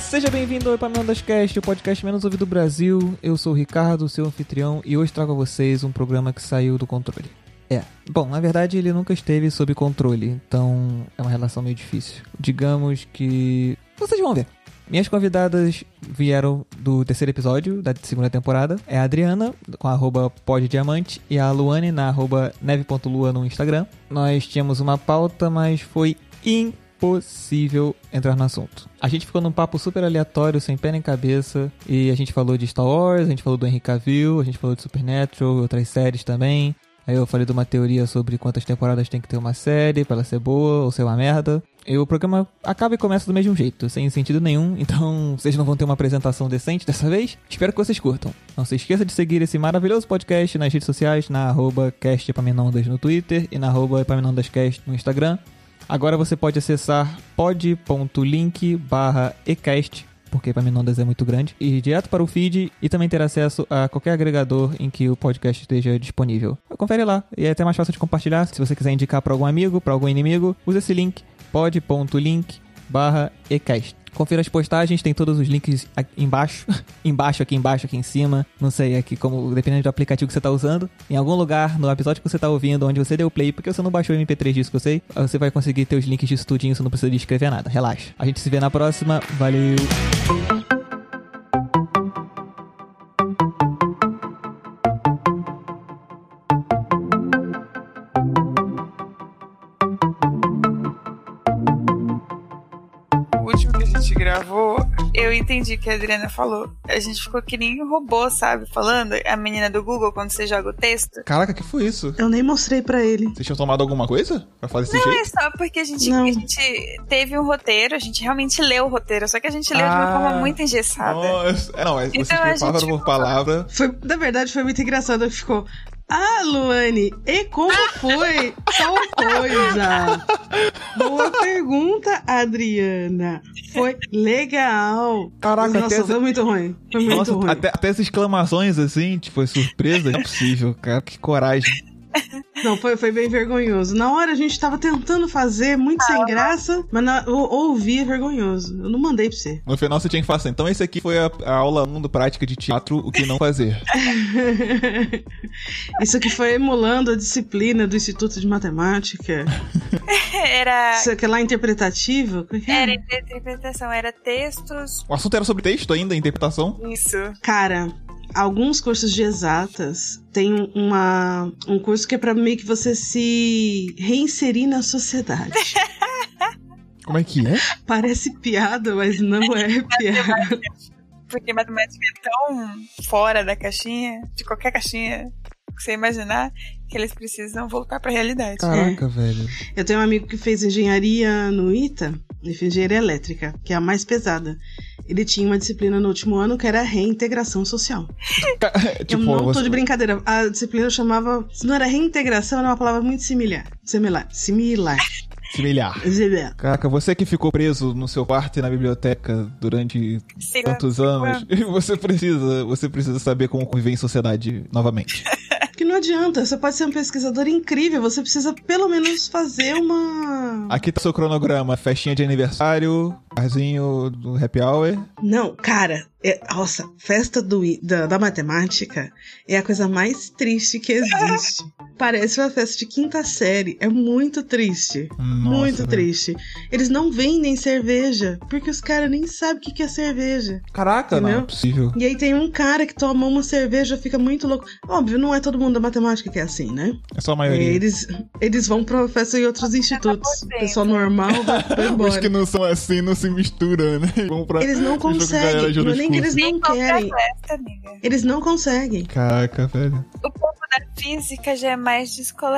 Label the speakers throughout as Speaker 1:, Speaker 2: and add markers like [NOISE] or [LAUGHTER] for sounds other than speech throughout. Speaker 1: Seja bem-vindo ao Epaminondas Cast, o podcast menos ouvido do Brasil. Eu sou o Ricardo, seu anfitrião, e hoje trago a vocês um programa que saiu do controle. É. Bom, na verdade ele nunca esteve sob controle, então é uma relação meio difícil. Digamos que. Vocês vão ver. Minhas convidadas vieram do terceiro episódio da segunda temporada. É a Adriana, com arroba poddiamante, e a Luane, na arroba neve.lua no Instagram. Nós tínhamos uma pauta, mas foi impossível entrar no assunto. A gente ficou num papo super aleatório, sem pé nem cabeça, e a gente falou de Star Wars, a gente falou do Henry Cavill, a gente falou de Supernatural, outras séries também. Aí eu falei de uma teoria sobre quantas temporadas tem que ter uma série pra ela ser boa ou ser uma merda. E o programa acaba e começa do mesmo jeito, sem sentido nenhum, [LAUGHS] então vocês não vão ter uma apresentação decente dessa vez. Espero que vocês curtam. Não se esqueça de seguir esse maravilhoso podcast nas redes sociais, na arroba castepaminondas no Twitter e na arroba epaminondascast no Instagram. Agora você pode acessar pod.link barra ecast porque Epaminondas é muito grande, e ir direto para o feed e também ter acesso a qualquer agregador em que o podcast esteja disponível. Confere lá, e é até mais fácil de compartilhar. Se você quiser indicar para algum amigo, para algum inimigo, use esse link, pod.link barra ecast. Confira as postagens, tem todos os links aqui embaixo, [LAUGHS] embaixo, aqui embaixo, aqui em cima, não sei, aqui como, dependendo do aplicativo que você está usando, em algum lugar, no episódio que você está ouvindo, onde você deu play, porque você não baixou o MP3 disso que eu sei, ah, você vai conseguir ter os links disso tudinho, você não precisa de escrever nada, relaxa. A gente se vê na próxima, valeu!
Speaker 2: O último que a gente gravou, eu entendi o que a Adriana falou. A gente ficou que nem um robô, sabe? Falando, a menina do Google, quando você joga o texto.
Speaker 3: Caraca, que foi isso?
Speaker 4: Eu nem mostrei pra ele.
Speaker 3: Vocês tinham tomado alguma coisa pra fazer desse
Speaker 2: Não é
Speaker 3: jeito?
Speaker 2: só porque a gente,
Speaker 4: Não.
Speaker 2: a gente teve um roteiro, a gente realmente leu o roteiro, só que a gente leu de uma
Speaker 3: Ah.
Speaker 2: forma muito engessada.
Speaker 3: Nossa. É, não, é,
Speaker 2: Então
Speaker 3: vocês foi
Speaker 2: a gente
Speaker 3: palavra por
Speaker 2: ficou-
Speaker 3: palavra.
Speaker 4: Foi, na verdade, foi muito engraçado. Ficou. Ah, Luane, e como foi tal coisa? Boa pergunta, Adriana. Foi legal.
Speaker 3: Caraca, até
Speaker 4: Nossa,
Speaker 3: essa-
Speaker 4: foi muito ruim. Foi muito
Speaker 3: Nossa,
Speaker 4: ruim.
Speaker 3: até, até essas exclamações assim, tipo, foi surpresa. Não é possível, cara. Que coragem.
Speaker 4: Não, foi, foi bem vergonhoso. Na hora a gente tava tentando fazer, muito sem graça, mas na, eu ouvi é vergonhoso. Eu não mandei pra você. [LAUGHS]
Speaker 3: No final você tinha que falar assim. Então esse aqui foi a, a aula 1 do prática de teatro, o que não fazer.
Speaker 4: Isso aqui foi emulando a disciplina do Instituto de Matemática.
Speaker 2: [LAUGHS] Era,
Speaker 4: Isso aqui é lá interpretativa. como é que
Speaker 2: era
Speaker 4: é?
Speaker 2: interpretação, era textos.
Speaker 3: O assunto era sobre texto ainda, interpretação.
Speaker 2: Isso.
Speaker 4: Cara, alguns cursos de exatas têm uma, um curso que é pra meio que você se reinserir na sociedade.
Speaker 3: Como é que é?
Speaker 4: Parece piada, mas não é piada.
Speaker 2: Porque matemática é tão fora da caixinha, de qualquer caixinha que você imaginar, que eles precisam voltar pra realidade.
Speaker 3: Caraca, velho.
Speaker 4: É. Eu tenho um amigo que fez engenharia no ITA, ele fez engenharia elétrica, que é a mais pesada. Ele tinha uma disciplina no último ano que era reintegração social.
Speaker 3: É, tipo,
Speaker 4: eu não tô
Speaker 3: você-
Speaker 4: de brincadeira. A disciplina chamava. Se não era reintegração, era uma palavra muito similar. Similar. Similar.
Speaker 3: se milhar.
Speaker 4: Similar.
Speaker 3: Caraca, você que ficou preso no seu quarto e na biblioteca durante
Speaker 2: Sigla-
Speaker 4: É,
Speaker 3: tantos anos, [LAUGHS] você precisa, você precisa saber como conviver em sociedade novamente.
Speaker 4: Porque não adianta, você pode ser um pesquisador incrível, você precisa pelo menos fazer uma.
Speaker 3: Aqui tá seu cronograma, festinha de aniversário, barzinho do happy hour.
Speaker 4: Não, cara, é- nossa, festa do, I- da, da matemática é a coisa mais triste que
Speaker 3: [LAUGHS]
Speaker 4: existe. Parece uma festa de quinta série, é muito triste.
Speaker 3: Nossa,
Speaker 4: muito
Speaker 3: velho.
Speaker 4: triste. Eles não vendem cerveja, porque os caras nem sabem o que que é cerveja.
Speaker 3: Caraca, não é
Speaker 4: Entendeu?
Speaker 3: possível.
Speaker 4: E aí tem um cara que toma uma cerveja, fica muito louco. Óbvio, não é todo mundo da matemática que é assim, né?
Speaker 3: É só a
Speaker 4: É,
Speaker 3: maioria.
Speaker 4: Eles, eles vão pra festa em outros institutos.
Speaker 2: você.
Speaker 4: Pessoal normal
Speaker 3: [LAUGHS]
Speaker 4: vai vai
Speaker 3: Os
Speaker 4: embora.
Speaker 3: que não são assim não se misturam, né? [LAUGHS] Vão pra...
Speaker 4: Eles não
Speaker 3: ficam com galera
Speaker 4: conseguem.
Speaker 3: de
Speaker 4: Não é
Speaker 3: outros
Speaker 4: nem que eles
Speaker 2: Nem
Speaker 4: não
Speaker 2: qualquer
Speaker 4: querem.
Speaker 2: festa, amiga.
Speaker 4: Eles não conseguem.
Speaker 3: Caraca, velho.
Speaker 2: O povo da física já é mais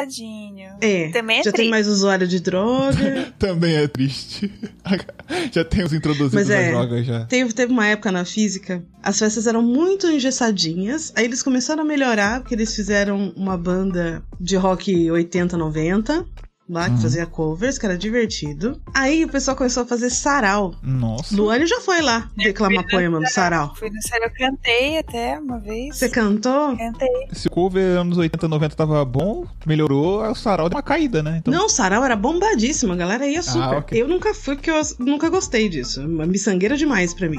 Speaker 2: descoladinho.
Speaker 4: É.
Speaker 2: Também é
Speaker 4: já tem
Speaker 2: triste.
Speaker 4: mais usuário
Speaker 3: [LAUGHS]
Speaker 4: de droga.
Speaker 3: Também é triste. [LAUGHS] já tem os introduzidos
Speaker 4: Mas é.
Speaker 3: na droga já.
Speaker 4: teve, teve uma época na física, as festas eram muito engessadinhas. Aí eles começaram a melhorar, porque eles fizeram uma banda de rock 80, 90. lá, que
Speaker 3: Uhum.
Speaker 4: fazia covers, que era divertido. Aí o pessoal começou a fazer sarau.
Speaker 3: Nossa.
Speaker 4: Luane já foi lá
Speaker 2: É,
Speaker 4: declamar poema no sarau.
Speaker 2: Fui no sério, eu cantei até uma vez.
Speaker 4: Você cantou?
Speaker 2: Cantei.
Speaker 3: Se o cover anos 80, 90 tava bom, melhorou, aí o sarau deu uma caída, né? Então,
Speaker 4: Não, o sarau era bombadíssimo, a galera ia super.
Speaker 3: Ah, ok.
Speaker 4: Eu nunca fui, porque eu as- nunca gostei disso. Uma miçangueira demais
Speaker 2: [LAUGHS]
Speaker 4: pra mim.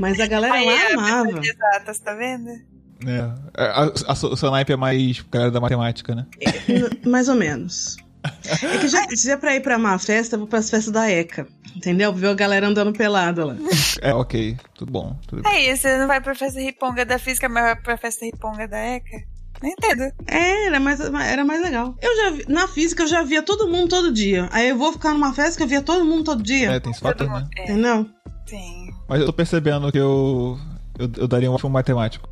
Speaker 4: Mas a galera
Speaker 2: Aí
Speaker 4: lá
Speaker 2: era
Speaker 4: Ah, amava.
Speaker 2: Exatas, tá vendo?
Speaker 3: é, a, a, a sua- sua naipe é mais galera da matemática, né?
Speaker 4: N- Mais ou menos. É que já, se é pra ir pra uma festa, eu vou pras festas da ECA. Entendeu? Viu a galera andando pelada lá.
Speaker 3: É, ok. Tudo bom. Tudo bem.
Speaker 2: Aí, É você não vai pra festa riponga da física, mas vai pra festa riponga da ECA? Não entendo.
Speaker 4: É, era mais, era mais legal. Eu já vi- na física eu já via todo mundo todo dia. Aí eu vou ficar numa festa que eu via todo mundo todo dia.
Speaker 3: É, tem esse fator,
Speaker 2: Todo
Speaker 3: né?
Speaker 2: mundo- É,
Speaker 4: Entendeu? [LAUGHS]
Speaker 2: sim.
Speaker 3: Mas eu tô percebendo que eu. Eu, eu daria um ótimo matemático.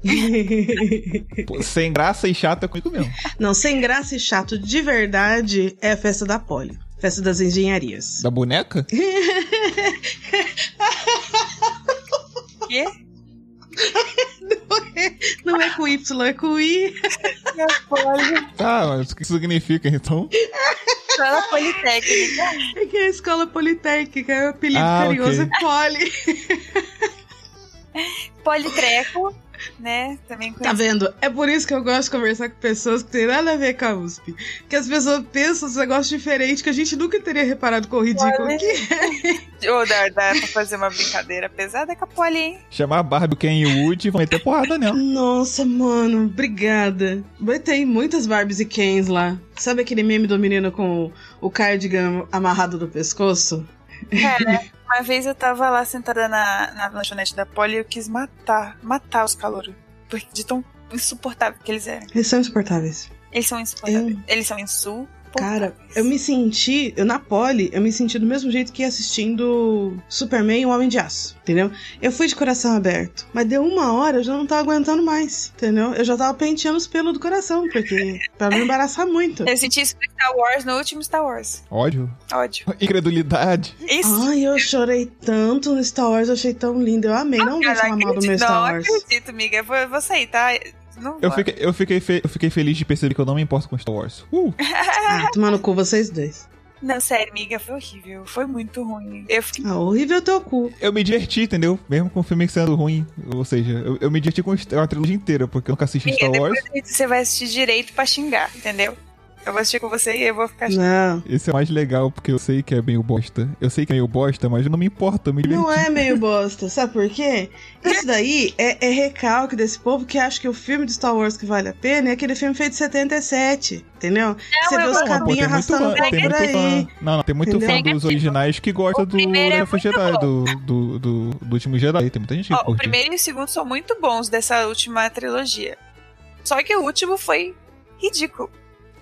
Speaker 3: Pô, Sem graça e chato é comigo mesmo.
Speaker 4: Não, sem graça e chato de verdade é a festa da Poli. Festa das engenharias.
Speaker 3: Da boneca?
Speaker 2: Quê?
Speaker 4: Não é com Y, é com I.
Speaker 2: Minha folha.
Speaker 3: Tá, mas o que significa então?
Speaker 2: Escola [LAUGHS] Politécnica.
Speaker 4: É que é a escola politécnica, é o apelido
Speaker 3: Ah,
Speaker 4: carinhoso
Speaker 3: ok.
Speaker 4: é Poli.
Speaker 2: Politreco, né? Também
Speaker 4: Tá
Speaker 2: conhecido.
Speaker 4: vendo? É por isso que eu gosto de conversar com pessoas que tem nada a ver com a USP. Que as pessoas pensam esse negócio diferente que a gente nunca teria reparado com o ridículo
Speaker 2: Olha.
Speaker 4: que é.
Speaker 2: Ô, dá, dá pra fazer uma brincadeira pesada com a Poli, hein?
Speaker 3: Chamar a Barbie Ken e Wood e vão meter porrada nela.
Speaker 4: Nossa, mano, obrigada. Mas tem muitas Barbies e Kens lá. Sabe aquele meme do menino com o cardigan amarrado no pescoço?
Speaker 2: Cara, É, né? uma vez eu tava lá sentada na, na lanchonete da Poli e eu quis matar, matar os calouros. Porque de tão insuportável que eles eram.
Speaker 4: Eles são insuportáveis.
Speaker 2: Eles são insuportáveis. Eles são insuportáveis.
Speaker 4: Cara, eu me senti, eu na poli, eu me senti do mesmo jeito que assistindo Superman e o Homem de Aço, entendeu? Eu fui de coração aberto, mas deu uma hora, eu já não tava aguentando mais, entendeu? Eu já tava penteando os pelos do coração, porque pra não
Speaker 2: [LAUGHS]
Speaker 4: embaraçar muito.
Speaker 2: Eu senti isso no Star Wars, no último Star Wars.
Speaker 3: Ódio.
Speaker 2: Ódio.
Speaker 3: Incredulidade.
Speaker 2: Isso.
Speaker 4: Ai, eu chorei tanto no Star Wars, eu achei tão lindo, eu amei. Não vou
Speaker 2: Cara,
Speaker 4: falar mal do meu
Speaker 2: acredito-
Speaker 4: Star
Speaker 2: não
Speaker 4: Wars.
Speaker 2: acredito, amiga. Eu vou, eu vou sair, tá? Não
Speaker 3: Eu
Speaker 2: vou.
Speaker 3: fiquei, eu, fiquei fe- eu fiquei feliz de perceber que eu não me importo com Star Wars. Uh,
Speaker 4: Ah, tomar no cu vocês dois.
Speaker 2: Não, sério, amiga, foi horrível. Foi muito ruim. Eu fiquei.
Speaker 4: Ah, horrível teu cu.
Speaker 3: eu me diverti, entendeu? Mesmo com o filme sendo ruim. Ou seja, eu, eu me diverti com a trilogia inteira, porque eu nunca assisti
Speaker 2: Amiga,
Speaker 3: Star Wars.
Speaker 2: é depois você vai assistir direito pra xingar, entendeu? Eu vou assistir com você e eu vou ficar.
Speaker 4: Não.
Speaker 3: Esse é o mais legal, porque eu sei que é meio bosta. Eu sei que é meio bosta, mas eu não me importa, eu me diverti.
Speaker 4: Não é meio bosta, sabe por quê? Isso daí é, é recalque desse povo que acha que o filme do Star Wars que vale a pena é aquele filme feito em 77, entendeu? Você
Speaker 2: eu
Speaker 4: vê
Speaker 2: não.
Speaker 4: os
Speaker 3: Não, pô,
Speaker 4: cabinhos
Speaker 3: tem muito fã,
Speaker 4: arrastando
Speaker 3: tem
Speaker 4: por
Speaker 3: muito
Speaker 4: aí.
Speaker 3: fã. Não, não, tem muito
Speaker 4: Entendeu?
Speaker 3: fã dos originais que gosta
Speaker 2: O
Speaker 3: do
Speaker 2: primeiro é
Speaker 3: Lefo
Speaker 2: muito
Speaker 3: Jedi,
Speaker 2: bom.
Speaker 3: do, do, do, do último Jedi. Tem muita gente que
Speaker 2: Ó, o
Speaker 3: curte.
Speaker 2: primeiro e o segundo são muito bons dessa última trilogia. Só que o último foi ridículo.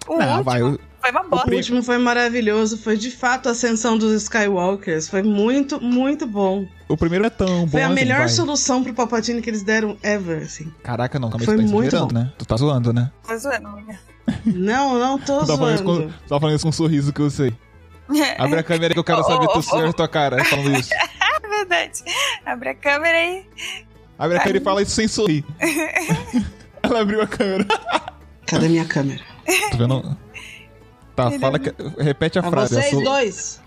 Speaker 2: O
Speaker 3: Não,
Speaker 2: último
Speaker 3: Ah, vai, o-
Speaker 2: foi uma bosta.
Speaker 4: O
Speaker 3: Pri-
Speaker 4: último foi maravilhoso, foi de fato a ascensão dos Skywalkers, foi muito, muito bom.
Speaker 3: O primeiro é tão bom.
Speaker 4: Foi a
Speaker 3: assim,
Speaker 4: melhor
Speaker 3: vai.
Speaker 4: solução pro Palpatine que eles deram ever, assim.
Speaker 3: Caraca, não, calma aí,
Speaker 4: Foi
Speaker 3: tu tá
Speaker 4: muito
Speaker 3: exagerando, né? Tu tá zoando, né?
Speaker 2: Tá zoando, amiga.
Speaker 4: Não, não tô
Speaker 3: Tu tá, falando isso com,
Speaker 4: zoando.
Speaker 3: tu tá falando isso com um sorriso que eu sei. Abre a câmera que eu quero saber tu sorriso na tua cara falando isso.
Speaker 2: É [LAUGHS] verdade. Abre a câmera aí.
Speaker 3: Abre a câmera e fala isso sem sorrir. Ela abriu a câmera.
Speaker 4: Cadê minha câmera?
Speaker 3: Tá vendo? Tá, fala que. Repete a
Speaker 4: A
Speaker 3: frase. eu
Speaker 4: vocês
Speaker 3: sou-
Speaker 4: dois.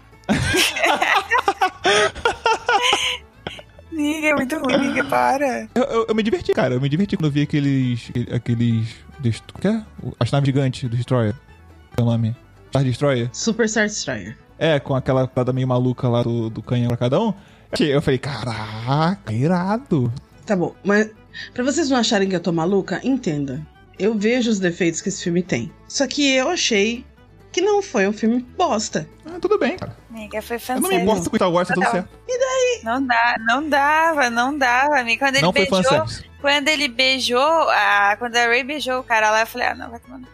Speaker 2: Amiga, é muito ruim, amiga, para.
Speaker 3: Eu, eu- eu me diverti, cara. Eu me diverti quando eu vi aqueles. aqueles. dest- O que é? O- As naves gigantes do Destroyer. Que é o nome? Star Destroyer?
Speaker 4: Super Star Destroyer.
Speaker 3: É, com aquela parada meio maluca lá do, do canhão pra cada um. Achei- Eu falei, caraca, irado.
Speaker 4: Tá bom, mas pra vocês não acharem que eu tô maluca, entenda. Eu vejo os defeitos que esse filme tem. Só que eu achei que não foi um filme bosta.
Speaker 3: Ah, tudo bem, cara.
Speaker 2: Amiga, foi
Speaker 3: Eu não
Speaker 2: fanservice.
Speaker 3: me importo com Star Wars, tá tudo
Speaker 2: Não,
Speaker 3: certo.
Speaker 2: Não dá, não dava, não dava, amiga. Quando ele
Speaker 3: Não foi
Speaker 2: beijou,
Speaker 3: fanservice.
Speaker 2: quando ele beijou, a, quando a Ray beijou o cara lá, eu falei, ah, não, vai tomar. no cu.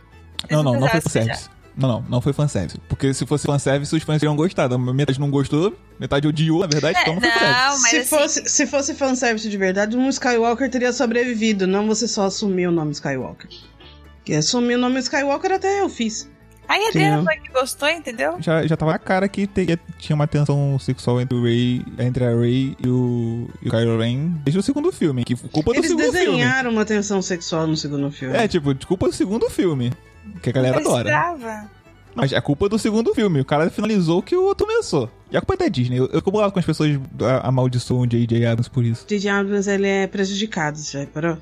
Speaker 3: Não, não, não foi
Speaker 2: Exato,
Speaker 3: fanservice. Não, não, não foi fanservice. Porque se fosse fanservice, os fãs iriam gostar. Da- Metade não gostou, metade odiou, na verdade, então não foi fanservice.
Speaker 2: É, Não, mas
Speaker 4: se,
Speaker 2: assim,
Speaker 4: fosse, se fosse fanservice de verdade, um Skywalker teria sobrevivido, não você só assumir o nome Skywalker. Porque assumir o nome Skywalker até eu fiz.
Speaker 2: aí a Adriana foi que gostou, entendeu?
Speaker 3: Já, já tava na cara que te- tinha uma tensão sexual entre o Ray, entre a Ray e o, e o Kylo Ren desde o segundo filme. Que culpa do
Speaker 4: Eles
Speaker 3: segundo filme.
Speaker 4: desenharam uma tensão sexual no segundo filme.
Speaker 3: É, tipo, desculpa do segundo filme. Que a galera adora.
Speaker 2: Precisava.
Speaker 3: Mas é culpa do segundo filme. O cara finalizou o que o outro começou. E a culpa é da Disney. Eu, eu fico bolado com as pessoas a- amaldiçoam o J.J. Abrams por isso.
Speaker 4: DJ Abrams, ele é prejudicado, você já reparou?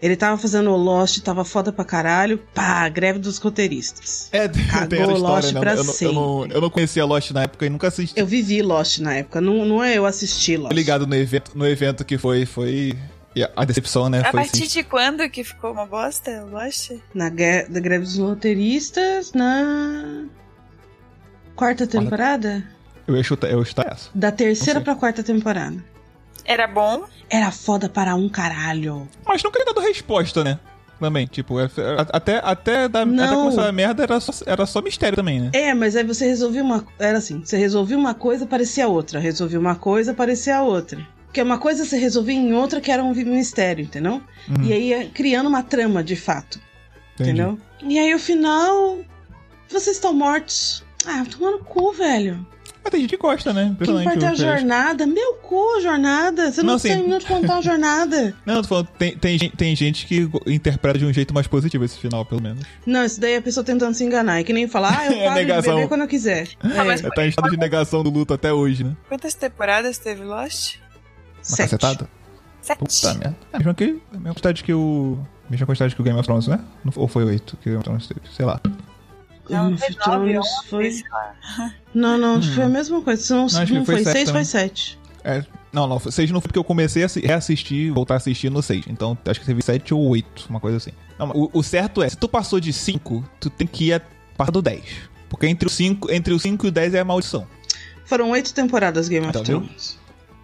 Speaker 4: Ele tava fazendo o Lost, tava foda pra caralho. Pá, greve dos roteiristas.
Speaker 3: É, tem
Speaker 4: Cagou
Speaker 3: essa
Speaker 4: Lost
Speaker 3: história, né?
Speaker 4: pra
Speaker 3: eu, não, eu,
Speaker 4: sempre.
Speaker 3: não, eu não conhecia Lost na época e nunca assisti.
Speaker 4: Eu vivi Lost na época, não, não é eu assisti Lost.
Speaker 3: Tô ligado no evento, no evento que foi. foi... e a- A decepção, né?
Speaker 2: A
Speaker 3: [LAUGHS] foi
Speaker 2: partir de quando que ficou uma bosta? Lost?
Speaker 4: Na gue- da greve dos roteiristas, na quarta temporada?
Speaker 3: Eu ia chutar, eu ia chutar essa.
Speaker 4: Da terceira
Speaker 3: Não
Speaker 4: pra quarta temporada.
Speaker 2: Era bom?
Speaker 4: Era foda para um caralho.
Speaker 3: Mas nunca ele dado resposta, né? Também, tipo, é- é- até, até, da, até
Speaker 4: Não.
Speaker 3: começar a merda era só, era só mistério também, né?
Speaker 4: É, mas aí você resolvia uma. Era assim, você resolvia uma coisa, parecia outra. Resolvia uma coisa, parecia outra. Porque uma coisa você resolvia em outra que era um mistério, entendeu?
Speaker 3: Uhum,
Speaker 4: E aí ia criando uma trama de fato,
Speaker 3: entendi.
Speaker 4: entendeu? E aí o final. Vocês estão mortos. Ah, tomando cu, velho.
Speaker 3: Mas tem gente que gosta, né?
Speaker 4: Quem
Speaker 3: Impressionante.
Speaker 4: importa é a
Speaker 3: o que é.
Speaker 4: jornada. Meu cu, jornada. Você não,
Speaker 3: Não, sim.
Speaker 4: terminou de contar a jornada.
Speaker 3: Não, eu tô falando, tem, tem, gen- tem gente que go- interpreta de um jeito mais positivo esse final, pelo menos.
Speaker 4: Não, isso daí é a pessoa tentando se enganar. É que nem falar, ah, eu
Speaker 3: [LAUGHS] É
Speaker 4: paro de
Speaker 3: negação.
Speaker 4: beber quando eu quiser.
Speaker 2: Ah, mas
Speaker 3: É, tá em estado de negação do luto até hoje, né?
Speaker 2: quantas temporadas teve Lost?
Speaker 3: Uma
Speaker 4: Sete.
Speaker 3: cacetada?
Speaker 2: Sete.
Speaker 3: Puta merda. É a mesma, que, a mesma quantidade que o. a Mesma quantidade que o Game of Thrones, né? Não- Ou foi oito que o Game of Thrones teve, sei lá.
Speaker 2: Não,
Speaker 4: Hum,
Speaker 2: foi
Speaker 4: Fifth
Speaker 2: nove,
Speaker 4: Thrones
Speaker 2: onze,
Speaker 4: foi-
Speaker 2: sei lá.
Speaker 4: Não, não, acho que foi a mesma coisa. Se não,
Speaker 3: Hum. acho que
Speaker 4: não
Speaker 3: foi
Speaker 4: foi
Speaker 3: sete né?
Speaker 4: seis,
Speaker 3: também.
Speaker 4: foi sete.
Speaker 3: É, não, não, seis não foi porque eu comecei a assi- reassistir, voltar a assistir no 6. Então, acho que teve 7 ou 8, uma coisa assim. Não, mas o, o certo é, se tu passou de 5, tu tem que ir a passar do 10. Porque entre o 5, entre o 5 e o 10 é a maldição.
Speaker 4: Foram oito temporadas Game of
Speaker 3: Então, viu?
Speaker 4: Thrones.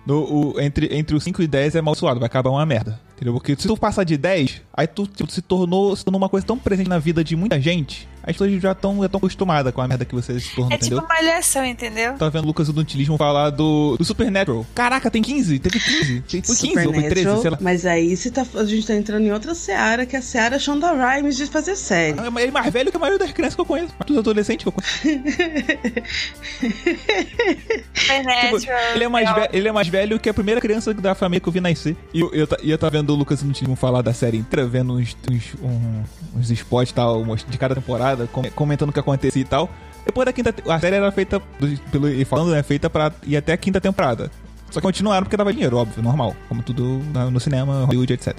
Speaker 3: No- o- entre, entre o 5 e 10 é amaldiçoado, vai acabar uma merda. Entendeu? Porque se tu passar de 10, aí tu tipo, se, tornou, se tornou uma coisa tão presente na vida de muita gente, as pessoas já estão já tão acostumadas com a merda que você se tornou,
Speaker 2: É tipo
Speaker 3: entendeu?
Speaker 2: uma alhação,
Speaker 3: [LAUGHS]
Speaker 2: entendeu?
Speaker 3: Tava vendo o Lucas do Utilismo falar do, do Supernatural. Caraca, tem 15, teve 15. Tem- Foi 15 ou foi 13, sei lá.
Speaker 4: é Mas aí você tá, a gente tá entrando em outra seara, que é a seara Shonda Rhimes de fazer série.
Speaker 3: Ah, mas Ele é mais velho que a maioria das crianças que eu conheço. Mas dos adolescentes que eu conheço.
Speaker 2: Supernatural.
Speaker 3: Tipo, Ele é, mais
Speaker 2: Real.
Speaker 3: velho, ele é mais velho que a primeira criança da família que eu vi nascer. E eu, eu, ta- e eu tava vendo o Lucas no time falar da série inteira, vendo uns, uns, um- uns spots e tal, umas- de cada temporada, com- comentando o que acontecia e tal. Depois da quinta. te- A série era feita, do- pelo, e falando, né? Feita pra ir até a quinta temporada. Só que continuaram porque dava dinheiro, óbvio, normal. Como tudo na- no cinema, Hollywood, etc.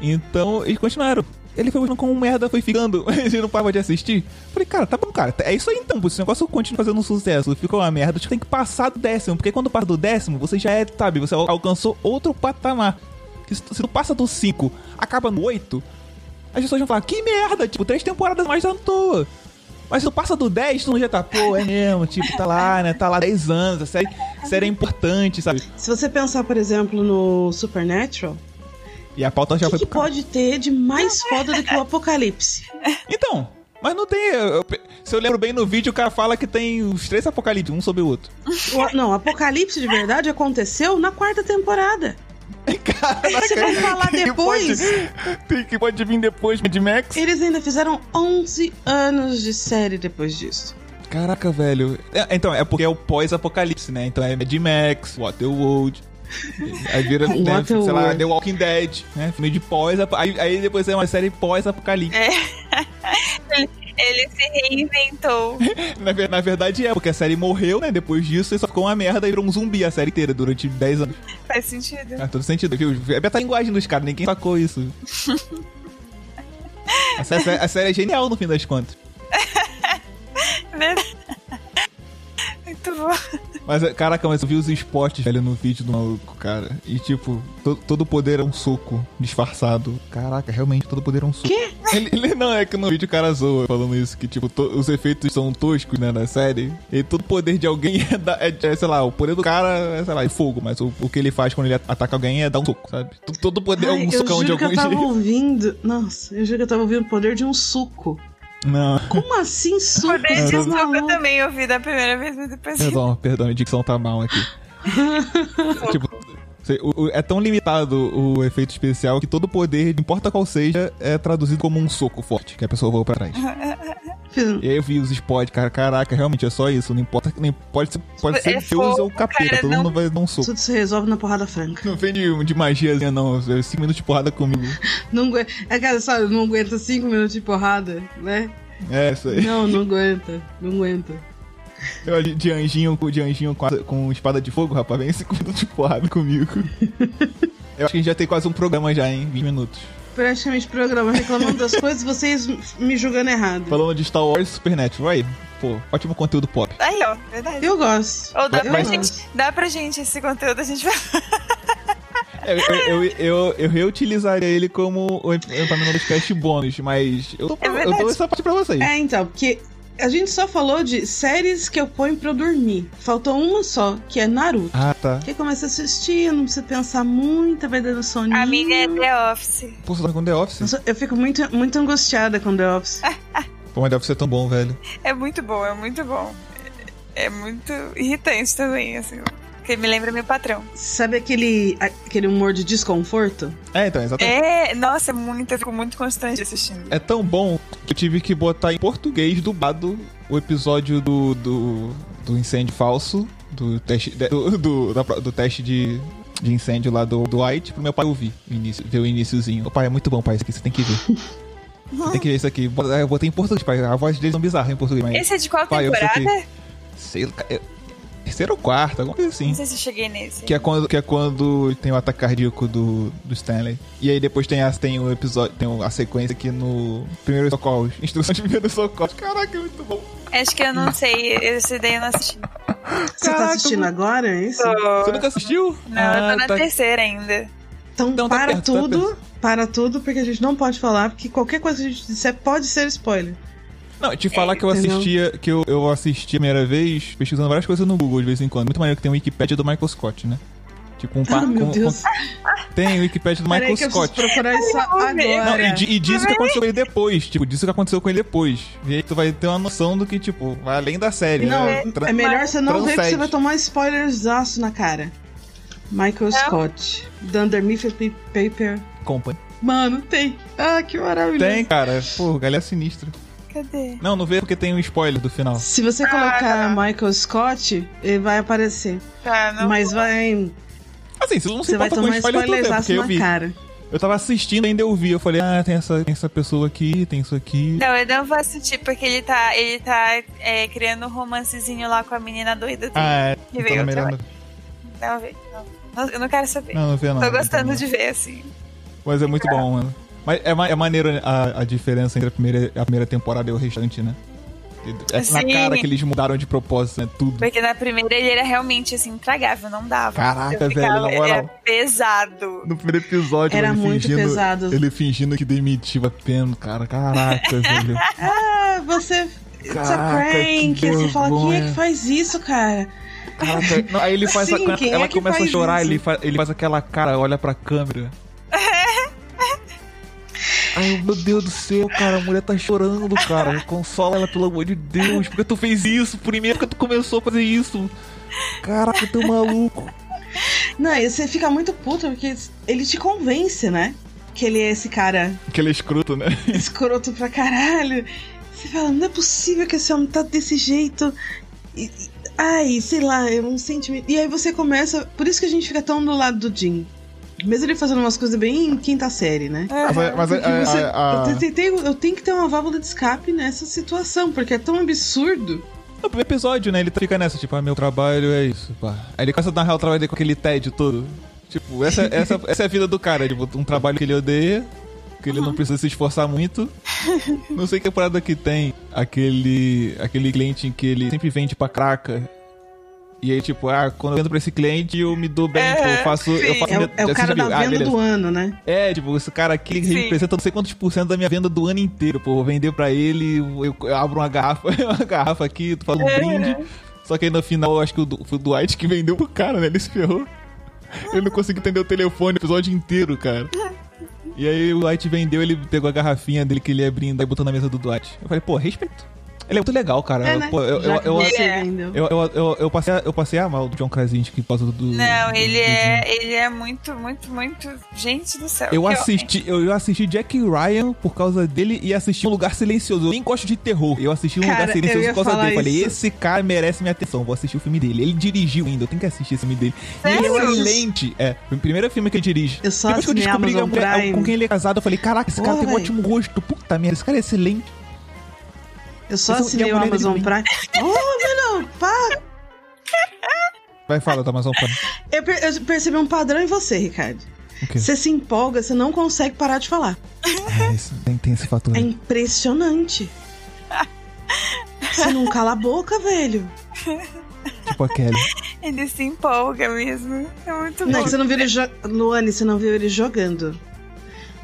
Speaker 3: Então, eles continuaram. Ele foi mostrando como merda foi ficando, [LAUGHS] mas ele não parava de assistir. Falei, cara, tá bom, cara. É isso aí então, pô. Se o negócio continua fazendo um sucesso, ficou uma merda, tipo, tem que passar do décimo. Porque quando passa do décimo, você já é, sabe, você al- alcançou outro patamar. Que Se tu, se tu passa do 5, acaba no 8, as pessoas vão falar, que merda, tipo, três temporadas mais à toa. Mas se tu passa do 10, tu não já tá, pô, é mesmo, tipo, tá lá, né? Tá lá 10 anos, a série, a série é importante, sabe?
Speaker 4: Se você pensar, por exemplo, no Supernatural,
Speaker 3: E a pauta já
Speaker 4: o que,
Speaker 3: foi
Speaker 4: que
Speaker 3: pro caralho.
Speaker 4: pode ter de mais foda do que o Apocalipse?
Speaker 3: Então, mas não tem. eu- eu- se eu lembro bem no vídeo, o cara fala que tem os três apocalipse, um sobre o outro.
Speaker 4: O- não, o Apocalipse de verdade aconteceu na quarta temporada. Você vai falar
Speaker 3: que
Speaker 4: depois.
Speaker 3: pode- [LAUGHS] tem que pode vir depois, Mad Max.
Speaker 4: Eles ainda fizeram 11 anos de série depois disso.
Speaker 3: Caraca, velho. É, então, é porque é o pós-apocalipse, né? Então é Mad Max, Waterworld. Aí vira, né,
Speaker 4: Waterworld.
Speaker 3: sei lá, The Walking Dead, né? Filme de pós aí, aí depois é uma série pós-apocalipse.
Speaker 2: Ele se
Speaker 3: [LAUGHS]
Speaker 2: reinventou.
Speaker 3: Na, ver- na verdade é, porque a série morreu, né? Depois disso, e só ficou uma merda e virou um zumbi a série inteira durante 10 anos.
Speaker 2: Faz sentido.
Speaker 3: Faz todo sentido, viu? É beta linguagem dos caras, ninguém sacou
Speaker 4: [LAUGHS]
Speaker 3: isso. a, sé- a série, é genial no fim das contas.
Speaker 2: Né? Muito bom.
Speaker 3: Mas, é, caraca, mas eu vi os spots, velho, no vídeo do maluco, cara. E tipo, to- todo poder é um soco disfarçado. Caraca, realmente todo poder é um soco.
Speaker 4: Quê?
Speaker 3: Ele, ele- não, é que no vídeo o cara zoa falando isso, que tipo, to- os efeitos são toscos, né, da série. E todo poder de alguém [LAUGHS] é, da- é- é, sei lá, o poder do cara é, sei lá, é fogo, mas o, o que ele faz quando ele ataca alguém é dar um soco, sabe? T- Todo poder é
Speaker 4: Ai,
Speaker 3: um
Speaker 4: eu
Speaker 3: socão de
Speaker 4: juro que
Speaker 3: algum
Speaker 4: eu tava
Speaker 3: jeito.
Speaker 4: ouvindo. Nossa, eu juro que eu tava ouvindo o poder de um suco.
Speaker 3: [LAUGHS] Não.
Speaker 4: Como assim suco?
Speaker 2: Poder de
Speaker 4: Vocês
Speaker 2: soco eu
Speaker 4: malucos?
Speaker 2: também ouvi da primeira vez, mas depois. [LAUGHS]
Speaker 3: Perdão, perdão, a dicção tá mal aqui. tipo, cê- o- o- é tão limitado o efeito especial que todo poder, não importa qual seja, é traduzido como um soco forte, que a pessoa voa pra trás.
Speaker 4: Fiz-
Speaker 3: E aí eu vi os spots, cara, caraca, realmente é só isso, não importa, nem pode ser, pode
Speaker 2: É
Speaker 3: ser Deus
Speaker 2: fogo,
Speaker 3: ou capeta,
Speaker 2: cara,
Speaker 3: todo
Speaker 2: não-
Speaker 3: mundo vai dar um soco.
Speaker 4: Tudo se resolve na porrada franca.
Speaker 3: Não vem de, de magiazinha, não. 5 minutos de porrada comigo.
Speaker 4: Não aguenta. É cara, sabe, não aguenta cinco minutos de porrada, né?
Speaker 3: É, isso aí.
Speaker 4: Não, não aguenta. Não aguenta.
Speaker 3: Eu, de anjinho, com- de anjinho com, a- com espada de fogo, rapaz. Vem se comendo de
Speaker 2: [LAUGHS]
Speaker 3: porrada comigo. Eu acho que a gente já tem quase um programa já, hein? 20 minutos.
Speaker 4: Praticamente programa reclamando das coisas, vocês me julgando errado.
Speaker 3: Falando de Star Wars e Supernatural, aí. Pô, ótimo conteúdo pop.
Speaker 2: Aí, ó, verdade.
Speaker 4: Eu gosto.
Speaker 2: Ou dá
Speaker 3: Vai-
Speaker 2: pra,
Speaker 3: vai-
Speaker 2: gente, dá pra gente esse conteúdo, a gente vai.
Speaker 3: É, Eu, eu, eu, eu reutilizaria ele como o empaminador dos cast bônus, mas eu,
Speaker 2: É
Speaker 3: eu
Speaker 2: verdade.
Speaker 3: dou essa parte pra vocês.
Speaker 4: É, então, porque a gente só falou de séries que eu ponho pra eu dormir. Faltou uma só, que é Naruto.
Speaker 3: Ah, tá.
Speaker 4: Porque começa a assistir, não precisa pensar muito, vai dando soninho.
Speaker 2: A minha é The Office.
Speaker 3: Pô, você tá com The Office?
Speaker 4: Nossa, eu fico muito, muito angustiada com The Office.
Speaker 3: Pô, mas The Office é tão bom, velho.
Speaker 2: É muito bom, é muito bom. É é muito irritante também, assim. Porque me lembra meu patrão.
Speaker 4: Sabe aquele, aquele humor de desconforto?
Speaker 3: É, então, exatamente.
Speaker 2: É, nossa, é muito, eu fico muito constante assistindo.
Speaker 3: É. tão bom que eu tive que botar em português dublado o episódio do, do, do incêndio falso, do teste, de- do, do, da pro- do teste de, de incêndio lá do, do White, pro meu pai ouvir, o início, ver o iníciozinho. Ô pai, é muito bom, pai, isso aqui, você tem que ver. Você tem que ver isso aqui. Bota- Eu botei em português, pai. A voz deles é um bizarro em português, mas.
Speaker 2: Esse é de qual
Speaker 3: Pai, eu
Speaker 2: temporada?
Speaker 3: fiquei- Sei lá, é- terceira ou quarta, alguma coisa assim.
Speaker 2: Não sei se eu cheguei nesse.
Speaker 3: Que é quando, que é quando tem o ataque cardíaco do, do Stanley. E aí depois tem, as, tem o episódio, tem o- a sequência aqui no Primeiros Socorros. [LAUGHS] Instrução de Primeiros Socorros. Caraca, é muito bom.
Speaker 2: Acho que eu não sei, esse daí eu não assisti.
Speaker 4: Você tá
Speaker 3: Caraca,
Speaker 4: assistindo agora, é isso?
Speaker 3: Você nunca assistiu?
Speaker 2: Não,
Speaker 4: Ah,
Speaker 2: eu tô na
Speaker 3: tá.
Speaker 2: terceira ainda.
Speaker 4: Então,
Speaker 3: Então tá
Speaker 4: para
Speaker 3: perto, tá
Speaker 4: tudo, para tudo, porque a gente não pode falar, porque qualquer coisa que a gente disser pode ser spoiler.
Speaker 3: Não, te falar que eu
Speaker 4: Entendeu?
Speaker 3: assistia, que eu, eu assisti a primeira vez, pesquisando várias coisas no Google de vez em quando. Muito maneiro que tem o Wikipedia do Michael Scott, né?
Speaker 4: [LAUGHS]
Speaker 3: Tipo um
Speaker 4: Ah,
Speaker 3: par
Speaker 4: meu
Speaker 3: com-
Speaker 4: Deus.
Speaker 3: com- Tem o Wikipedia do
Speaker 4: Peraí
Speaker 3: Michael
Speaker 4: que eu preciso
Speaker 3: Scott.
Speaker 4: procurar isso agora.
Speaker 2: meu Deus.
Speaker 3: Não, e, di- e diz o que aconteceu com ele depois. Tipo, diz o que aconteceu com ele depois. E aí tu vai ter uma noção do que, tipo, vai além da série.
Speaker 4: Não,
Speaker 3: né?
Speaker 4: é melhor você não ver que
Speaker 3: transcende.
Speaker 4: você vai tomar spoilers na cara. Michael Scott, Dunder Mifflin Paper.
Speaker 3: Company.
Speaker 4: Mano, tem. Ah, que maravilhoso.
Speaker 3: Tem, cara. Pô, galera sinistra.
Speaker 2: Cadê?
Speaker 3: Não, não vê porque tem um spoiler do final.
Speaker 4: Se você colocar Michael Scott, ele vai aparecer.
Speaker 2: Tá, não.
Speaker 4: Mas vai.
Speaker 3: Assim, você não se
Speaker 4: Você vai
Speaker 3: importa com
Speaker 4: tomar
Speaker 3: spoiler tudo bem,
Speaker 4: spoilers
Speaker 3: porque eu
Speaker 4: na
Speaker 3: vi.
Speaker 4: cara.
Speaker 3: Eu tava assistindo ainda eu vi. Eu falei, ah, tem essa, tem essa pessoa aqui, tem isso aqui.
Speaker 2: Não, eu não vou assistir, porque ele tá, ele tá é, criando um romancezinho lá com a menina doida dele.
Speaker 3: Ah, é.
Speaker 2: Que
Speaker 3: Então
Speaker 2: veio
Speaker 3: é melhor
Speaker 2: outra.
Speaker 3: não,
Speaker 2: Não, vê, não. Não, Eu não quero saber.
Speaker 3: não, não vê não.
Speaker 2: Tô
Speaker 3: não,
Speaker 2: gostando
Speaker 3: não.
Speaker 2: de ver, assim.
Speaker 3: Mas é muito bom, mano. Mas é, ma- é maneiro a, a diferença entre a primeira, a primeira temporada e o restante, né? É
Speaker 2: Sim.
Speaker 3: na cara que eles mudaram de propósito, né? Tudo.
Speaker 2: Porque na primeira ele era realmente, assim, intragável, não dava.
Speaker 3: Caraca,
Speaker 2: Eu
Speaker 3: velho, na moral.
Speaker 2: Era pesado.
Speaker 3: No primeiro episódio,
Speaker 4: Era
Speaker 3: ele
Speaker 4: muito
Speaker 3: fingindo,
Speaker 4: pesado.
Speaker 3: Ele fingindo que demitiu a pena, cara. Caraca, [LAUGHS] velho.
Speaker 4: Ah, você. It's a
Speaker 3: Caraca,
Speaker 4: prank.
Speaker 3: que
Speaker 4: Você fala, quem é
Speaker 3: vergonha.
Speaker 4: que faz isso, cara?
Speaker 3: Caraca, não, aí ele faz
Speaker 4: Sim,
Speaker 3: a-
Speaker 4: quem
Speaker 3: ela
Speaker 4: é que
Speaker 3: começa a
Speaker 4: faz
Speaker 3: chorar,
Speaker 4: isso?
Speaker 3: ele faz, ele faz aquela cara, olha pra
Speaker 4: [LAUGHS]
Speaker 3: câmera. Ai, meu Deus do céu, cara, a mulher tá chorando,
Speaker 4: [LAUGHS]
Speaker 3: cara. Consola ela, pelo amor de Deus. Por que tu fez isso? Primeiro que tu começou a fazer isso. Caraca, tu é maluco.
Speaker 4: Não, e você fica muito puto porque ele te convence, né? Que ele é esse cara
Speaker 3: Aquele escroto, né?
Speaker 4: escroto pra caralho. Você fala, não é possível que esse homem tá desse jeito. E- e- ai, sei lá, é um sentimento. E aí você começa. Por isso que a gente fica tão do lado do Jim. Mesmo ele fazendo umas coisas bem quinta série, né?
Speaker 3: Mas,
Speaker 4: Porque você- eu, te- tenho- eu tenho que ter uma válvula de escape nessa situação, porque é tão absurdo.
Speaker 3: No primeiro episódio, né? Ele fica nessa, tipo, ah, meu trabalho é isso, pá. Aí ele começa a narrar o trabalho dele com aquele tédio todo. Tipo,
Speaker 4: [LAUGHS]
Speaker 3: essa, essa, essa é a vida do cara, tipo, um trabalho que ele odeia, que ele não precisa se esforçar muito. Não sei que parada que tem aquele, aquele cliente em que ele sempre vende pra craca. E aí, tipo, ah, quando eu vendo pra esse cliente, eu me dou bem, tipo, eu faço. Eu faço
Speaker 4: É, o-
Speaker 3: minha-
Speaker 4: é o
Speaker 3: você já
Speaker 4: cara da
Speaker 3: viu? Ah,
Speaker 4: venda
Speaker 3: beleza.
Speaker 4: do ano, né?
Speaker 3: É, tipo, esse cara aqui ele
Speaker 2: Sim.
Speaker 3: representa não sei quantos por cento da minha venda do ano inteiro, pô. Vou vender pra ele, eu, eu abro uma garrafa, [LAUGHS] uma garrafa aqui, tu faz um brinde. Só que aí no final, eu acho que o Du- foi o Dwight que vendeu pro cara, né? Ele se ferrou. Ele não conseguiu atender o telefone o episódio inteiro, cara. E aí o Dwight vendeu, ele pegou a garrafinha dele que ele ia brindar e botou na mesa do Dwight. Eu falei, pô, respeito. Ele é muito legal, cara.
Speaker 4: É,
Speaker 3: Eu-
Speaker 4: né?
Speaker 3: pô, eu,
Speaker 4: Já
Speaker 3: eu,
Speaker 4: que
Speaker 3: eu,
Speaker 4: você
Speaker 2: É.
Speaker 4: vendeu.
Speaker 3: eu, eu, eu- eu passei a, eu passei a mal do John Krasinski por causa do. do-
Speaker 2: Não,
Speaker 3: do-
Speaker 2: ele
Speaker 3: do Jim.
Speaker 2: é, ele é muito, muito, muito. Gente do
Speaker 4: É
Speaker 2: céu.
Speaker 3: Uhum. Eu
Speaker 2: que
Speaker 3: assisti, eu, eu assisti Jack Ryan por causa dele e assisti um lugar silencioso. Eu nem gosto de terror. Eu assisti um
Speaker 4: Cara,
Speaker 3: lugar silencioso
Speaker 4: eu ia
Speaker 3: por causa
Speaker 4: falar
Speaker 3: dele. Falei,
Speaker 4: isso.
Speaker 3: esse cara merece minha atenção. Vou assistir o filme dele. Ele dirigiu ainda, eu tenho que assistir esse filme dele. E ele é
Speaker 2: Sério?
Speaker 3: excelente. É, foi o primeiro filme que ele dirige.
Speaker 4: Eu só
Speaker 3: Depois que eu
Speaker 4: assinei
Speaker 3: descobri
Speaker 4: Amazon
Speaker 3: que a mulher-
Speaker 4: Prime.
Speaker 3: com quem ele é casado, eu falei, caraca, esse cara
Speaker 4: Pô,
Speaker 3: tem um
Speaker 4: véi.
Speaker 3: ótimo gosto. Puta merda, esse cara é excelente.
Speaker 4: Eu só
Speaker 3: Essa-
Speaker 4: assinei
Speaker 3: e a
Speaker 4: o
Speaker 3: mulher
Speaker 4: Amazon
Speaker 3: dele
Speaker 4: Prime. [LAUGHS] Ô, meu não, pá!
Speaker 3: Vai tá, falar da Amazon Prime.
Speaker 4: Eu, per- eu percebi um padrão em você, Ricardo.
Speaker 3: O quê?
Speaker 4: Você se empolga, você não consegue parar de falar.
Speaker 3: É, isso- tem, tem esse fator.
Speaker 4: É
Speaker 3: aí. [LAUGHS]
Speaker 4: impressionante. Você não cala a boca, velho.
Speaker 3: Tipo a
Speaker 4: [LAUGHS]
Speaker 3: Kelly.
Speaker 2: Ele se empolga mesmo. É muito
Speaker 4: Não,
Speaker 2: bom.
Speaker 4: você não viu ele jo... Luane, você não viu ele jogando.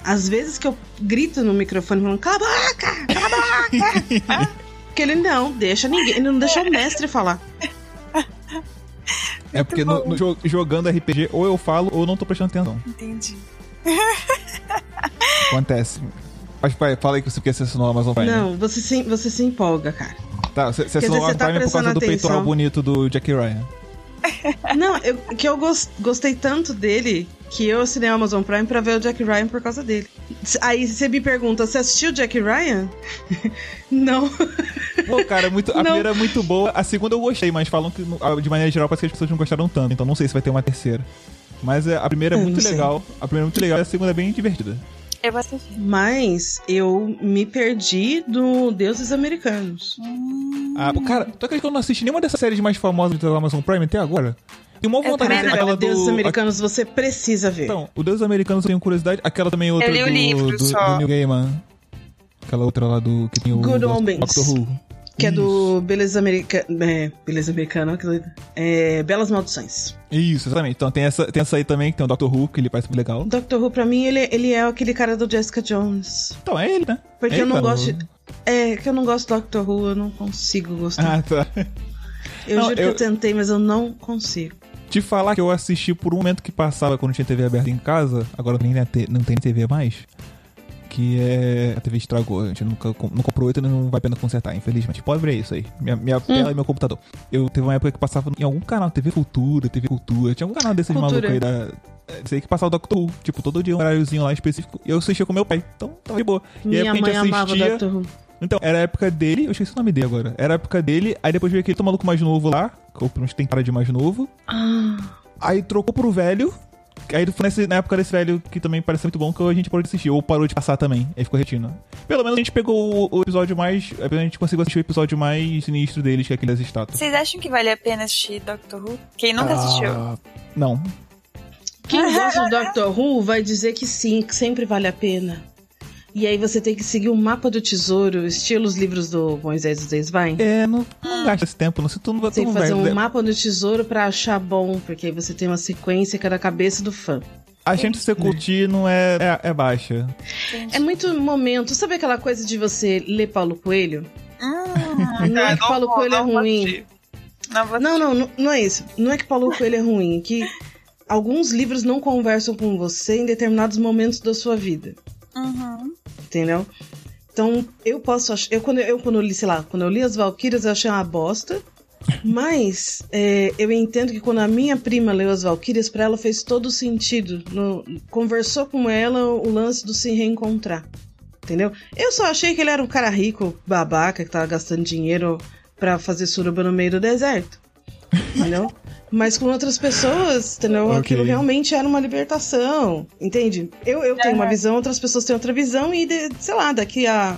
Speaker 4: Às vezes que eu grito no microfone falando, cala a boca,
Speaker 3: [LAUGHS]
Speaker 4: cala a boca. Porque ele não deixa ninguém, ele não deixa o mestre falar.
Speaker 3: É porque no- no jo- jogando RPG, ou eu falo ou não tô prestando atenção.
Speaker 2: Entendi.
Speaker 3: Acontece. Mas, pai, fala aí que você quer assinou a Amazon Prime. né?
Speaker 4: Não, você se, você se empolga, cara.
Speaker 3: Tá, você você
Speaker 4: Quer
Speaker 3: assinou
Speaker 4: dizer,
Speaker 3: a
Speaker 4: você tá
Speaker 3: Prime por causa
Speaker 4: prestando
Speaker 3: do peitoral
Speaker 4: atenção.
Speaker 3: bonito do Jack Ryan.
Speaker 4: Não, eu, que eu gos- gostei tanto dele que eu assinei o Amazon Prime pra ver o Jack Ryan por causa dele. Aí você me pergunta, você assistiu o Jack Ryan? [LAUGHS] não.
Speaker 3: Pô, cara, muito, a
Speaker 4: Não.
Speaker 3: primeira é muito boa. A segunda eu gostei, mas falam que, no- de maneira geral, parece que as pessoas não gostaram tanto. Então não sei se vai ter uma terceira. Mas é, a primeira é
Speaker 4: Eu não
Speaker 3: muito
Speaker 4: sei.
Speaker 3: legal. A primeira é muito legal e a segunda é bem divertida.
Speaker 2: Eu vou assistir.
Speaker 4: Mas eu me perdi do Deuses Americanos.
Speaker 3: Ah, pô, cara, tu acredita que eu não assisti nenhuma dessas séries mais famosas da Amazon Prime até agora? Tem uma
Speaker 2: Eu
Speaker 3: vontade
Speaker 2: também
Speaker 3: de
Speaker 2: não.
Speaker 3: ver aquela do...
Speaker 4: Deuses Americanos você precisa ver.
Speaker 3: Então, o Deus Americano eu tenho curiosidade. Aquela também é outra
Speaker 2: li o
Speaker 3: do,
Speaker 2: livro
Speaker 3: do,
Speaker 2: só.
Speaker 3: do New Gaiman. Aquela outra lá do que tem o
Speaker 4: Good
Speaker 3: do-
Speaker 4: Omens.
Speaker 3: Doctor Who.
Speaker 4: que é do Beleza Americana. É, Beleza Americana, que doido. é, Belas Maldições.
Speaker 3: Isso, exatamente. Então tem essa, tem essa aí também, que tem o Doctor Who, que ele parece legal.
Speaker 4: O Doctor Who, pra mim, ele, ele é aquele cara do Jessica Jones.
Speaker 3: Então é ele, né?
Speaker 4: Porque
Speaker 3: É
Speaker 4: eu
Speaker 3: ele,
Speaker 4: não
Speaker 3: tá no-
Speaker 4: gosto de. É, que eu não gosto do Doctor Who, eu não consigo gostar.
Speaker 3: Ah, tá. [LAUGHS]
Speaker 4: eu
Speaker 3: não,
Speaker 4: juro
Speaker 3: eu-
Speaker 4: que eu tentei, mas eu não consigo.
Speaker 3: Te falar que eu assisti por um momento que passava quando tinha TV aberta em casa, agora nem na te- não tem TV mais. Que é. A TV estragou, a gente nunca com- não comprou outra e não vai a pena consertar, infelizmente. Pobre é isso aí. Minha,
Speaker 4: Hum.
Speaker 3: minha tela e meu computador. Eu teve uma época que passava em algum canal, TV Cultura, TV Cultura, tinha algum canal desses
Speaker 4: Cultura.
Speaker 3: malucos aí da. é, Sei que passava o Doctor Who, tipo, todo dia um horáriozinho lá específico, e eu assistia com meu pai, então tava de boa. e aí
Speaker 4: Minha
Speaker 3: a gente
Speaker 4: mãe amava o
Speaker 3: assistia.
Speaker 4: Doctor Who.
Speaker 3: Então, era a época dele, eu esqueci o nome dele agora. Era a época dele, aí depois veio aquele outro maluco mais novo lá, que eu- pelo menos tem cara de mais novo.
Speaker 4: Ah,
Speaker 3: Aí trocou pro velho. Aí foi nesse- na época desse velho que também pareceu muito bom que a gente parou de assistir, ou parou de passar também. Aí ficou retindo. Pelo menos a gente pegou o, o episódio mais. é, A gente conseguiu assistir o episódio mais sinistro deles, que é aquele das estátuas.
Speaker 2: Vocês acham que vale a pena assistir Doctor Who? Quem
Speaker 3: Ah.
Speaker 2: nunca assistiu?
Speaker 3: Não.
Speaker 4: quem gosta do Doctor Who vai dizer que sim, que sempre vale a pena. E aí você tem que seguir o mapa do tesouro, estilo os livros do Moisés Desvain.
Speaker 3: É, não,
Speaker 2: Ah.
Speaker 3: não gasta esse tempo, não. Se tu não,
Speaker 4: Você
Speaker 3: tu
Speaker 4: tem
Speaker 3: não
Speaker 4: que
Speaker 3: vai.
Speaker 4: fazer um mapa do tesouro pra achar bom, porque aí você tem uma sequência que é da cabeça do fã.
Speaker 3: A gente se curtir não é, é, é baixa.
Speaker 4: É muito momento. Sabe aquela coisa de você ler Paulo Coelho? [LAUGHS]
Speaker 2: Hum,
Speaker 4: Não
Speaker 2: tá,
Speaker 4: é que Paulo
Speaker 2: vou-
Speaker 4: Coelho é
Speaker 2: não vou
Speaker 4: ruim.
Speaker 2: assistir. Não vou
Speaker 4: Não, não, não, não é isso. Não é que Paulo Coelho é ruim, é que alguns livros não conversam com você em determinados momentos da sua vida,
Speaker 2: Uhum.
Speaker 4: entendeu? Então, eu posso ach- eu quando eu quando eu li, sei lá, quando eu li as Valquírias, eu achei uma bosta. Mas é, eu entendo que quando a minha prima leu as Valquírias, pra ela fez todo sentido. No- conversou com ela o lance do se reencontrar. Entendeu? Eu só achei que ele era um cara rico, babaca, que tava gastando dinheiro pra fazer suruba no meio do deserto. Entendeu? Mas com outras pessoas, entendeu?
Speaker 3: Ok.
Speaker 4: Aquilo realmente era uma libertação. Entende? Eu, eu tenho uma visão, outras pessoas têm outra visão, e de- sei lá, daqui a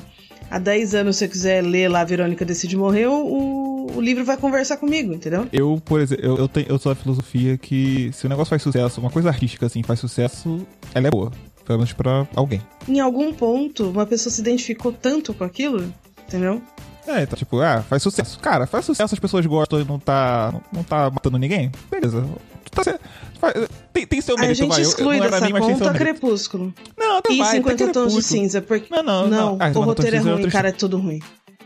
Speaker 4: há 10 anos, se eu quiser ler lá Verônica Decide Morrer, o, o livro vai conversar comigo, entendeu?
Speaker 3: Eu, por exemplo, eu, eu, tenho, eu sou da filosofia que se o negócio faz sucesso, uma coisa artística assim, faz sucesso, ela é boa. Pelo menos pra alguém.
Speaker 4: Em algum ponto, uma pessoa se identificou tanto com aquilo, entendeu?
Speaker 3: É, então, tipo, ah, faz sucesso. Cara, faz sucesso, as pessoas gostam e não tá, não, não tá matando ninguém. Beleza. Tu tá certo. Faz- Tem, tem seu
Speaker 4: Aí a
Speaker 3: mérito,
Speaker 4: gente
Speaker 3: vai. Eu-
Speaker 4: exclui
Speaker 3: eu, não era
Speaker 4: dessa
Speaker 3: mim, mas tem seu
Speaker 4: conta
Speaker 3: mérito.
Speaker 4: Crepúsculo.
Speaker 3: Não, tá
Speaker 4: E
Speaker 3: vai, tem
Speaker 4: 50 tons de
Speaker 3: Crepúsculo.
Speaker 4: cinza, porque...
Speaker 3: Não, não, não. Ah,
Speaker 4: o
Speaker 3: 50
Speaker 4: roteiro é
Speaker 3: tons de cinza é
Speaker 4: ruim,
Speaker 3: outro
Speaker 4: cara, é tudo ruim.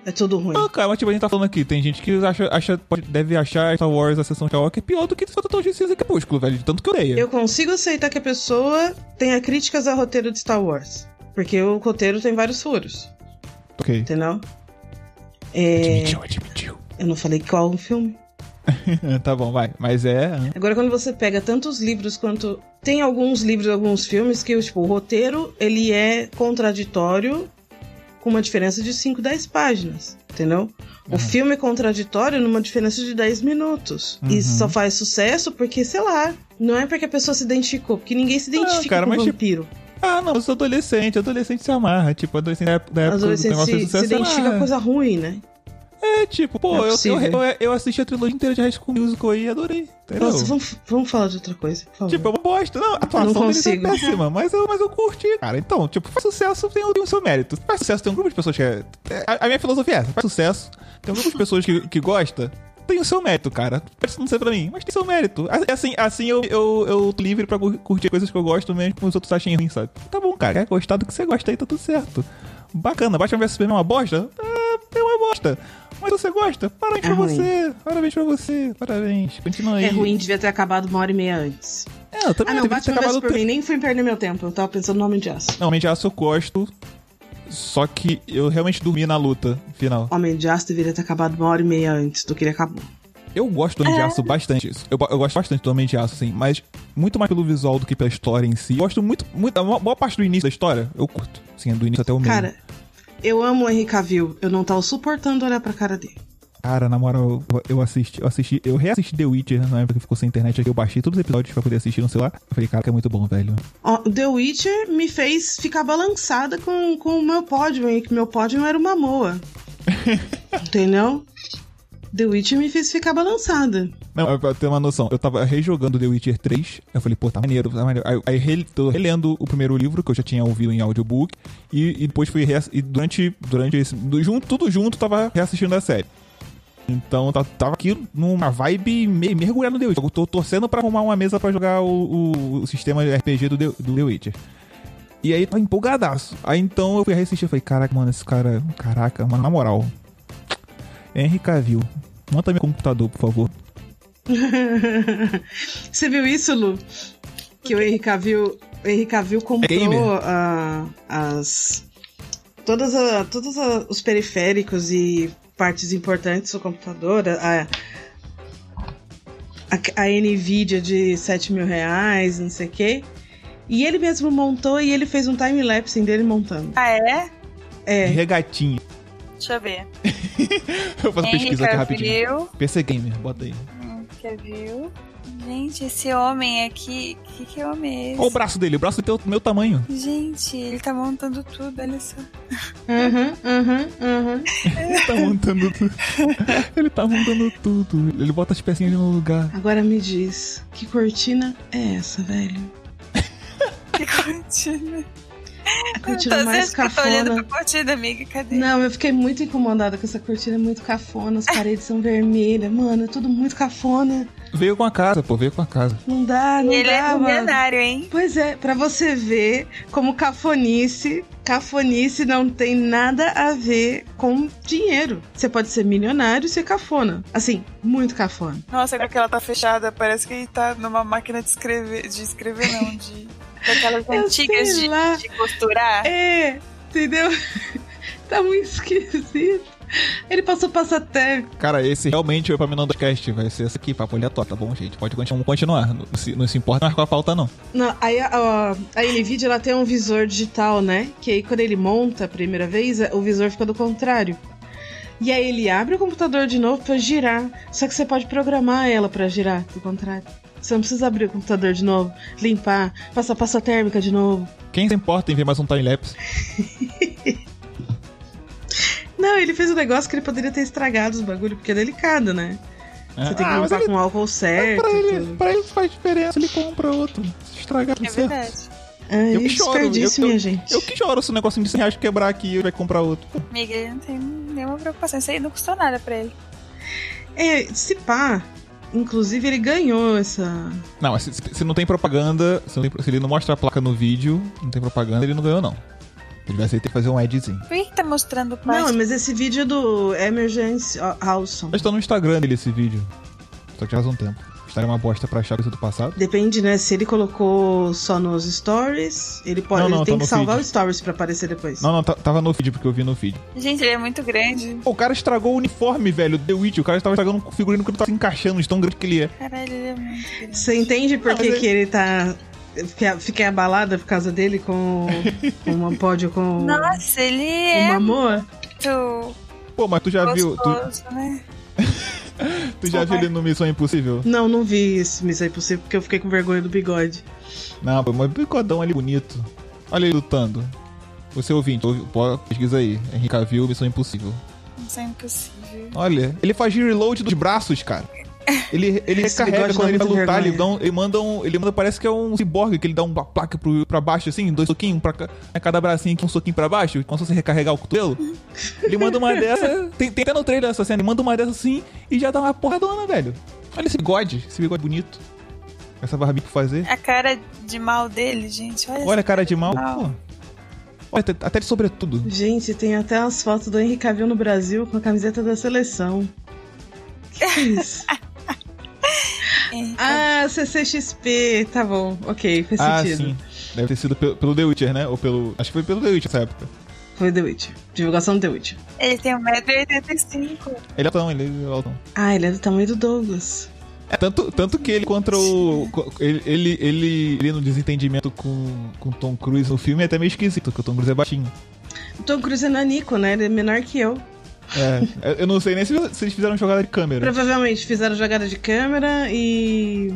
Speaker 4: É tudo ruim.
Speaker 3: Não, cara, mas tipo, a gente tá falando aqui, tem gente que acha, acha pode- deve achar Star Wars a sessão Skywalker pior do que Santa Tons de Cinza e Crepúsculo, velho. de Tanto que eu odeio.
Speaker 4: Eu consigo aceitar que a pessoa tenha críticas ao roteiro de Star Wars. Porque o roteiro tem vários furos,
Speaker 3: Ok.
Speaker 4: entendeu? É,
Speaker 3: Admitiu, admitiu.
Speaker 4: eu não falei qual o filme.
Speaker 3: tá bom, vai. Mas é. hum,
Speaker 4: Agora, quando você pega tantos livros quanto. Tem alguns livros, alguns filmes que tipo, o roteiro ele é contraditório com uma diferença de 5, 10 páginas, entendeu?
Speaker 3: Uhum.
Speaker 4: O filme é contraditório numa diferença de 10 minutos.
Speaker 3: Uhum.
Speaker 4: E só faz sucesso porque, sei lá, não é porque a pessoa se identificou, porque ninguém se identifica
Speaker 3: cara,
Speaker 4: com
Speaker 3: mas, tipo,
Speaker 4: vampiro.
Speaker 3: Ah, não, eu sou adolescente, adolescente se amarra. Tipo, adolescente da época, da
Speaker 4: Às
Speaker 3: época do
Speaker 4: vezes
Speaker 3: negócio
Speaker 4: se,
Speaker 3: fez
Speaker 4: se
Speaker 3: sucesso.
Speaker 4: identifica
Speaker 3: ah,
Speaker 4: com coisa ruim, né?
Speaker 3: É tipo, pô,
Speaker 4: Não é
Speaker 3: eu, eu,
Speaker 4: possível.
Speaker 3: eu- eu assisti a trilogia inteira de High School Musical aí e adorei. Entendeu?
Speaker 4: Nossa, vamos, vamos falar de outra coisa, por favor.
Speaker 3: Tipo, é uma bosta. Não, a atuação
Speaker 4: Uhum. Não
Speaker 3: deles é
Speaker 4: consigo.
Speaker 3: péssima, mas eu, mas eu curti, cara. Então, tipo, faz sucesso, tem, o- tem o seu mérito. Faz sucesso, tem um grupo de pessoas que... É, é- a, a minha filosofia é essa. Faz sucesso, tem um grupo de pessoas que, que gosta... Tem o seu mérito, cara. Pode não ser pra mim, mas tem seu mérito. A- Assim, assim eu, eu, eu tô livre pra cur- curtir coisas que eu gosto, mesmo que os outros achem ruim, sabe? Tá bom, cara. Quer gostar do que você gosta aí, tá tudo certo. Bacana. Batman vs Superman é uma bosta? É, é uma bosta. Mas você gosta? Parabéns
Speaker 4: É
Speaker 3: pra
Speaker 4: ruim.
Speaker 3: você. Parabéns pra você. Parabéns. Continua aí.
Speaker 4: É ruim, devia ter acabado uma hora e meia antes.
Speaker 3: É, eu
Speaker 4: Ah,
Speaker 3: também
Speaker 4: não,
Speaker 3: devia ter
Speaker 4: Batman vs
Speaker 3: acabado
Speaker 4: Superman nem foi perder meu tempo. Eu tava pensando no Homem de Aço.
Speaker 3: Não, Homem de Aço eu gosto. Só que eu realmente dormi na luta final.
Speaker 4: Homem de Aço deveria ter acabado uma hora e meia antes do que ele acabou.
Speaker 3: Eu gosto do Homem de Aço bastante. Eu, eu gosto bastante do Homem de Aço, sim. Mas muito mais pelo visual do que pela história em si. Eu gosto muito, muito. A maior maior parte do início da história eu curto. Sim, é do início até o meio.
Speaker 4: Cara, eu amo o Henry Cavill. Eu não tava suportando olhar pra cara dele.
Speaker 3: Cara, na moral, eu, eu assisti, eu assisti, eu reassisti The Witcher na época que ficou sem internet aqui, eu baixei todos os episódios pra poder assistir no celular. Eu falei, cara, que é muito bom, velho.
Speaker 4: Ó, The Witcher me fez ficar balançada com, com o meu pódio, hein, que meu pódio era uma moa.
Speaker 3: [LAUGHS]
Speaker 4: Entendeu? The Witcher me fez ficar balançada.
Speaker 3: Não, pra ter uma noção, eu tava rejogando The Witcher 3, eu falei, pô, tá maneiro, tá maneiro. Aí, aí rele- tô relendo o primeiro livro, que eu já tinha ouvido em audiobook, e, e depois fui reass- e durante, durante esse, do- junto, tudo junto, tava reassistindo a série. Então, tá- tava aqui numa vibe me, mergulhado no The Witcher. Eu tô torcendo pra arrumar uma mesa pra jogar o, o- o sistema RPG do The, do The Witcher. E aí, tava empolgadaço. Aí, então, eu fui reassistir, falei, caraca, mano, esse cara... Caraca, mano, na moral. Henry Cavill, monta meu computador, por favor.
Speaker 4: [LAUGHS] Você viu isso, Lu? Que o Henry Cavill, o Henry Cavill comprou
Speaker 3: gamer.
Speaker 4: ah, as todas a, todos a- os periféricos e partes importantes do computador, a, a, a Nvidia de 7 mil reais, não sei o quê. E ele mesmo montou e ele fez um time-lapse dele montando.
Speaker 2: Ah, é?
Speaker 4: É,
Speaker 3: Regatinho.
Speaker 2: Deixa eu ver.
Speaker 3: [LAUGHS] Eu faço
Speaker 2: Henry
Speaker 3: pesquisa aqui rapidinho.
Speaker 2: Cavill.
Speaker 3: PC Gamer, bota aí.
Speaker 2: Cavill. Gente, esse homem aqui. Que, que homem é esse?
Speaker 3: Olha o braço dele, o braço do meu tamanho.
Speaker 2: Gente, ele tá montando tudo, olha só. [LAUGHS]
Speaker 4: uhum, uhum, uhum.
Speaker 3: Ele tá montando tudo. [LAUGHS] Ele tá montando tudo. Ele bota as pecinhas no lugar.
Speaker 4: Agora me diz, que cortina é essa, velho?
Speaker 2: Que cortina.
Speaker 4: A
Speaker 2: Eu
Speaker 4: cortina
Speaker 2: tô-
Speaker 4: Tá mais
Speaker 2: sempre que eu tô Tá, olhando
Speaker 4: cafona.
Speaker 2: pra cortina, amiga, cadê?
Speaker 4: Não, eu fiquei muito incomodada com essa cortina, é muito cafona, as paredes são vermelhas, mano, é tudo muito cafona.
Speaker 3: Veio com a casa, pô, veio com a casa.
Speaker 4: Não dá, não
Speaker 2: ele
Speaker 4: dá,
Speaker 2: é
Speaker 4: mano.
Speaker 2: milionário, hein?
Speaker 4: Pois é, pra você ver como cafonice, cafonice não tem nada a ver com dinheiro. Você pode ser milionário e ser cafona. Assim, muito cafona.
Speaker 2: Nossa, com aquela tá fechada, parece que ele tá numa máquina de escrever. De escrever, não, de. Daquelas
Speaker 4: [LAUGHS] Eu
Speaker 2: antigas
Speaker 4: sei
Speaker 2: de,
Speaker 4: lá.
Speaker 2: de costurar.
Speaker 4: É, entendeu? [LAUGHS] tá muito esquisito. Ele passou passatempo.
Speaker 3: Cara, esse realmente é o Epaminão do Cast. Vai ser esse aqui, papo aleatório, tá bom, gente? Pode continuar. Vamos continuar. Não se, não se importa mais com a pauta, não.
Speaker 4: Não, aí a, a, a NVIDIA ela tem um visor digital, né? Que aí quando ele monta a primeira vez, a- o visor fica do contrário. E aí ele abre o computador de novo pra girar. Só que você pode programar ela pra girar do contrário. Você não precisa abrir o computador de novo, limpar, passar pasta térmica de novo.
Speaker 3: Quem se importa em ver mais um timelapse?
Speaker 4: Não, ele fez um negócio que ele poderia ter estragado os bagulhos, porque é delicado, né? Você tem que
Speaker 3: É. Ah, mas
Speaker 4: limpar
Speaker 3: ele- é
Speaker 4: com álcool certo.
Speaker 3: pra,
Speaker 4: e
Speaker 3: ele,
Speaker 4: tudo.
Speaker 3: pra ele faz diferença, ele compra outro. Se estragar, tudo
Speaker 2: É
Speaker 3: certo.
Speaker 2: verdade.
Speaker 4: Ai,
Speaker 3: Eu que choro, eu-
Speaker 4: Ah, é desperdício,
Speaker 3: eu-
Speaker 4: minha gente.
Speaker 3: Eu que choro se o negocinho de 100 reais quebrar aqui e vai comprar outro. Pô,
Speaker 2: Amiga, ele não tem nenhuma preocupação. Isso aí não custou nada pra ele.
Speaker 4: É, se pá, inclusive ele ganhou essa,
Speaker 3: Não, mas se, se não tem propaganda, se, não tem- se ele não mostra a placa no vídeo, não tem propaganda, ele não ganhou, não. Ele vai ter que fazer um adzinho.
Speaker 2: Por que, que tá mostrando o pai?
Speaker 4: Não, mas esse vídeo é do Emergency Halson.
Speaker 3: Mas tá no Instagram dele esse vídeo. Só que já faz um tempo. O Instagram é uma bosta pra achar coisa do passado.
Speaker 4: Depende, né? Se ele colocou só nos stories, ele pode.
Speaker 3: Não, não,
Speaker 4: ele tem
Speaker 3: tá
Speaker 4: que
Speaker 3: no
Speaker 4: salvar
Speaker 3: feed.
Speaker 4: os stories pra aparecer depois.
Speaker 3: Não, não, tá- tava no feed, porque eu vi no feed.
Speaker 2: Gente, ele é muito grande.
Speaker 3: Pô, o cara estragou o uniforme, velho, do The Witch. O cara tava estragando o figurino que não tava se encaixando, de tão grande que ele é.
Speaker 2: Caralho, ele é muito grande.
Speaker 4: Você entende por
Speaker 3: Não,
Speaker 4: que,
Speaker 3: mas
Speaker 4: que ele tá. Fiquei, fiquei abalada por causa dele com, com uma
Speaker 3: [LAUGHS]
Speaker 4: pódio com um
Speaker 2: Nossa, ele é
Speaker 4: uma moa?
Speaker 2: muito
Speaker 3: Pô, mas tu já viu. Tu,
Speaker 2: gostoso, né?
Speaker 3: tu já viu ele no Missão Impossível?
Speaker 4: Não, não vi isso, Miss Impossível, porque eu fiquei com vergonha do bigode.
Speaker 3: Não, pô, mas bigodão ali bonito. Olha ele lutando. Você ouvinte, ouve, pô, pesquisa aí. Henrique Cavill, Missão Impossível.
Speaker 2: isso é impossível.
Speaker 3: Olha, ele faz reload dos braços, cara. Ele, ele
Speaker 4: [LAUGHS] Esse
Speaker 3: recarrega
Speaker 4: bigode dá
Speaker 3: quando ele vai
Speaker 4: muita
Speaker 3: lutar, ele, dá
Speaker 4: vergonha.
Speaker 3: um- ele manda um. Ele manda, parece que é um ciborgue, que ele dá uma placa pro, pra baixo, assim, dois soquinhos pra ca- a cada bracinho aqui, um soquinho pra baixo, como se você recarregar o
Speaker 4: [LAUGHS]
Speaker 3: cotovelo. Ele manda uma dessa. Tem, tem até no trailer essa cena, ele manda uma dessa assim e já dá uma porradona, velho. Olha esse bigode, esse bigode bonito. Essa barbinha pra fazer.
Speaker 2: A cara de mal dele, gente. Olha,
Speaker 3: Olha a
Speaker 2: essa
Speaker 3: cara de mal.
Speaker 2: mal.
Speaker 3: Pô. Olha, até- até de sobretudo.
Speaker 4: Gente, tem até umas fotos do Henrique Cavill no Brasil com a camiseta da seleção. Que que é isso?
Speaker 2: hein?
Speaker 4: ah, CCXP. Tá bom, ok, fez
Speaker 3: Ah,
Speaker 4: sentido.
Speaker 3: sim. Deve ter sido pelo, pelo The Witcher, né? Ou pelo. Acho que foi pelo The Witcher nessa época.
Speaker 4: Foi The Witcher. Divulgação do The Witcher.
Speaker 2: Ele tem 1,85m.
Speaker 3: Ele é altão, ele é altão.
Speaker 4: Ah, ele é do tamanho do Douglas.
Speaker 3: É, tanto, tanto que ele contra o. co- Ele, ele, ele, ele no desentendimento com, com Tom Cruise no filme é até meio esquisito, porque o Tom Cruise é baixinho.
Speaker 4: O Tom Cruise é nanico, né? Ele é menor que eu.
Speaker 3: É, eu- eu não sei nem se, se eles fizeram jogada de câmera.
Speaker 4: Provavelmente fizeram jogada de câmera e.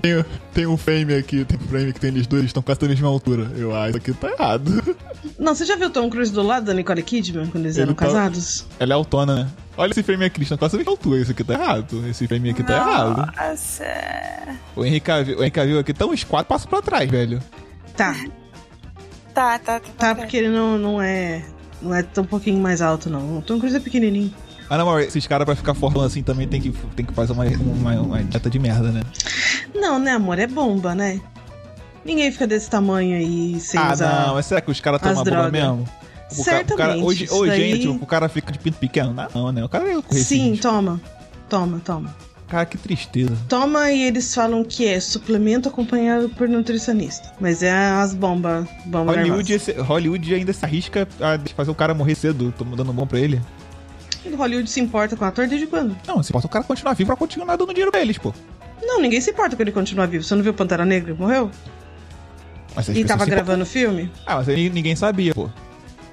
Speaker 3: Tem um frame aqui, tem um frame que tem eles dois, eles estão quase na mesma altura. Eu, ah, isso aqui tá errado.
Speaker 4: Não, você já viu o Tom Cruise do lado da Nicole Kidman quando eles
Speaker 3: Ele
Speaker 4: eram
Speaker 3: tá-
Speaker 4: casados?
Speaker 3: Ela é autona, né? Olha esse frame aqui, eles estão quase na mesma altura, isso aqui tá errado. Esse frame aqui tá errado.
Speaker 2: Nossa.
Speaker 3: O Henrique Cavill, o Henry Cavill aqui tá uns quatro passos pra trás, velho.
Speaker 4: Tá,
Speaker 2: Tá, tá, tá.
Speaker 4: tá, porque ele não, não é. Não é tão pouquinho mais alto, não. O Tom Cruise é pequenininho.
Speaker 3: Ah, não, mas esses caras pra ficar fortão assim também tem que, tem que fazer uma, uma, uma dieta de merda, né?
Speaker 4: Não, né, amor? É bomba, né? Ninguém fica desse tamanho aí sem
Speaker 3: ah,
Speaker 4: usar.
Speaker 3: não, mas será que os caras
Speaker 4: as
Speaker 3: tomam bomba
Speaker 4: drogas.
Speaker 3: mesmo? O ca- o
Speaker 4: Certamente.
Speaker 3: cara, hoje,
Speaker 4: isso
Speaker 3: hoje
Speaker 4: daí-
Speaker 3: gente, o cara fica de pinto pequeno? Não, não né? O cara é o
Speaker 4: Sim,
Speaker 3: Sim,
Speaker 4: toma. Toma, toma.
Speaker 3: Cara, que tristeza.
Speaker 4: Toma e eles falam que é suplemento acompanhado por nutricionista. Mas é as bombas. Bomba
Speaker 3: Hollywood,
Speaker 4: nervosa.
Speaker 3: esse- Hollywood ainda se arrisca a fazer o cara morrer cedo. Tô dando bom pra ele.
Speaker 4: Hollywood se importa com o ator desde quando?
Speaker 3: Não, se importa o cara continuar vivo pra continuar dando dinheiro pra eles, pô.
Speaker 4: Não, ninguém se importa que ele continua vivo. Você não viu Pantera Negra? que Morreu?
Speaker 3: Mas as
Speaker 4: e tá
Speaker 3: pessoas se
Speaker 4: tava
Speaker 3: importam.
Speaker 4: gravando o filme?
Speaker 3: Ah, mas aí ninguém sabia, pô.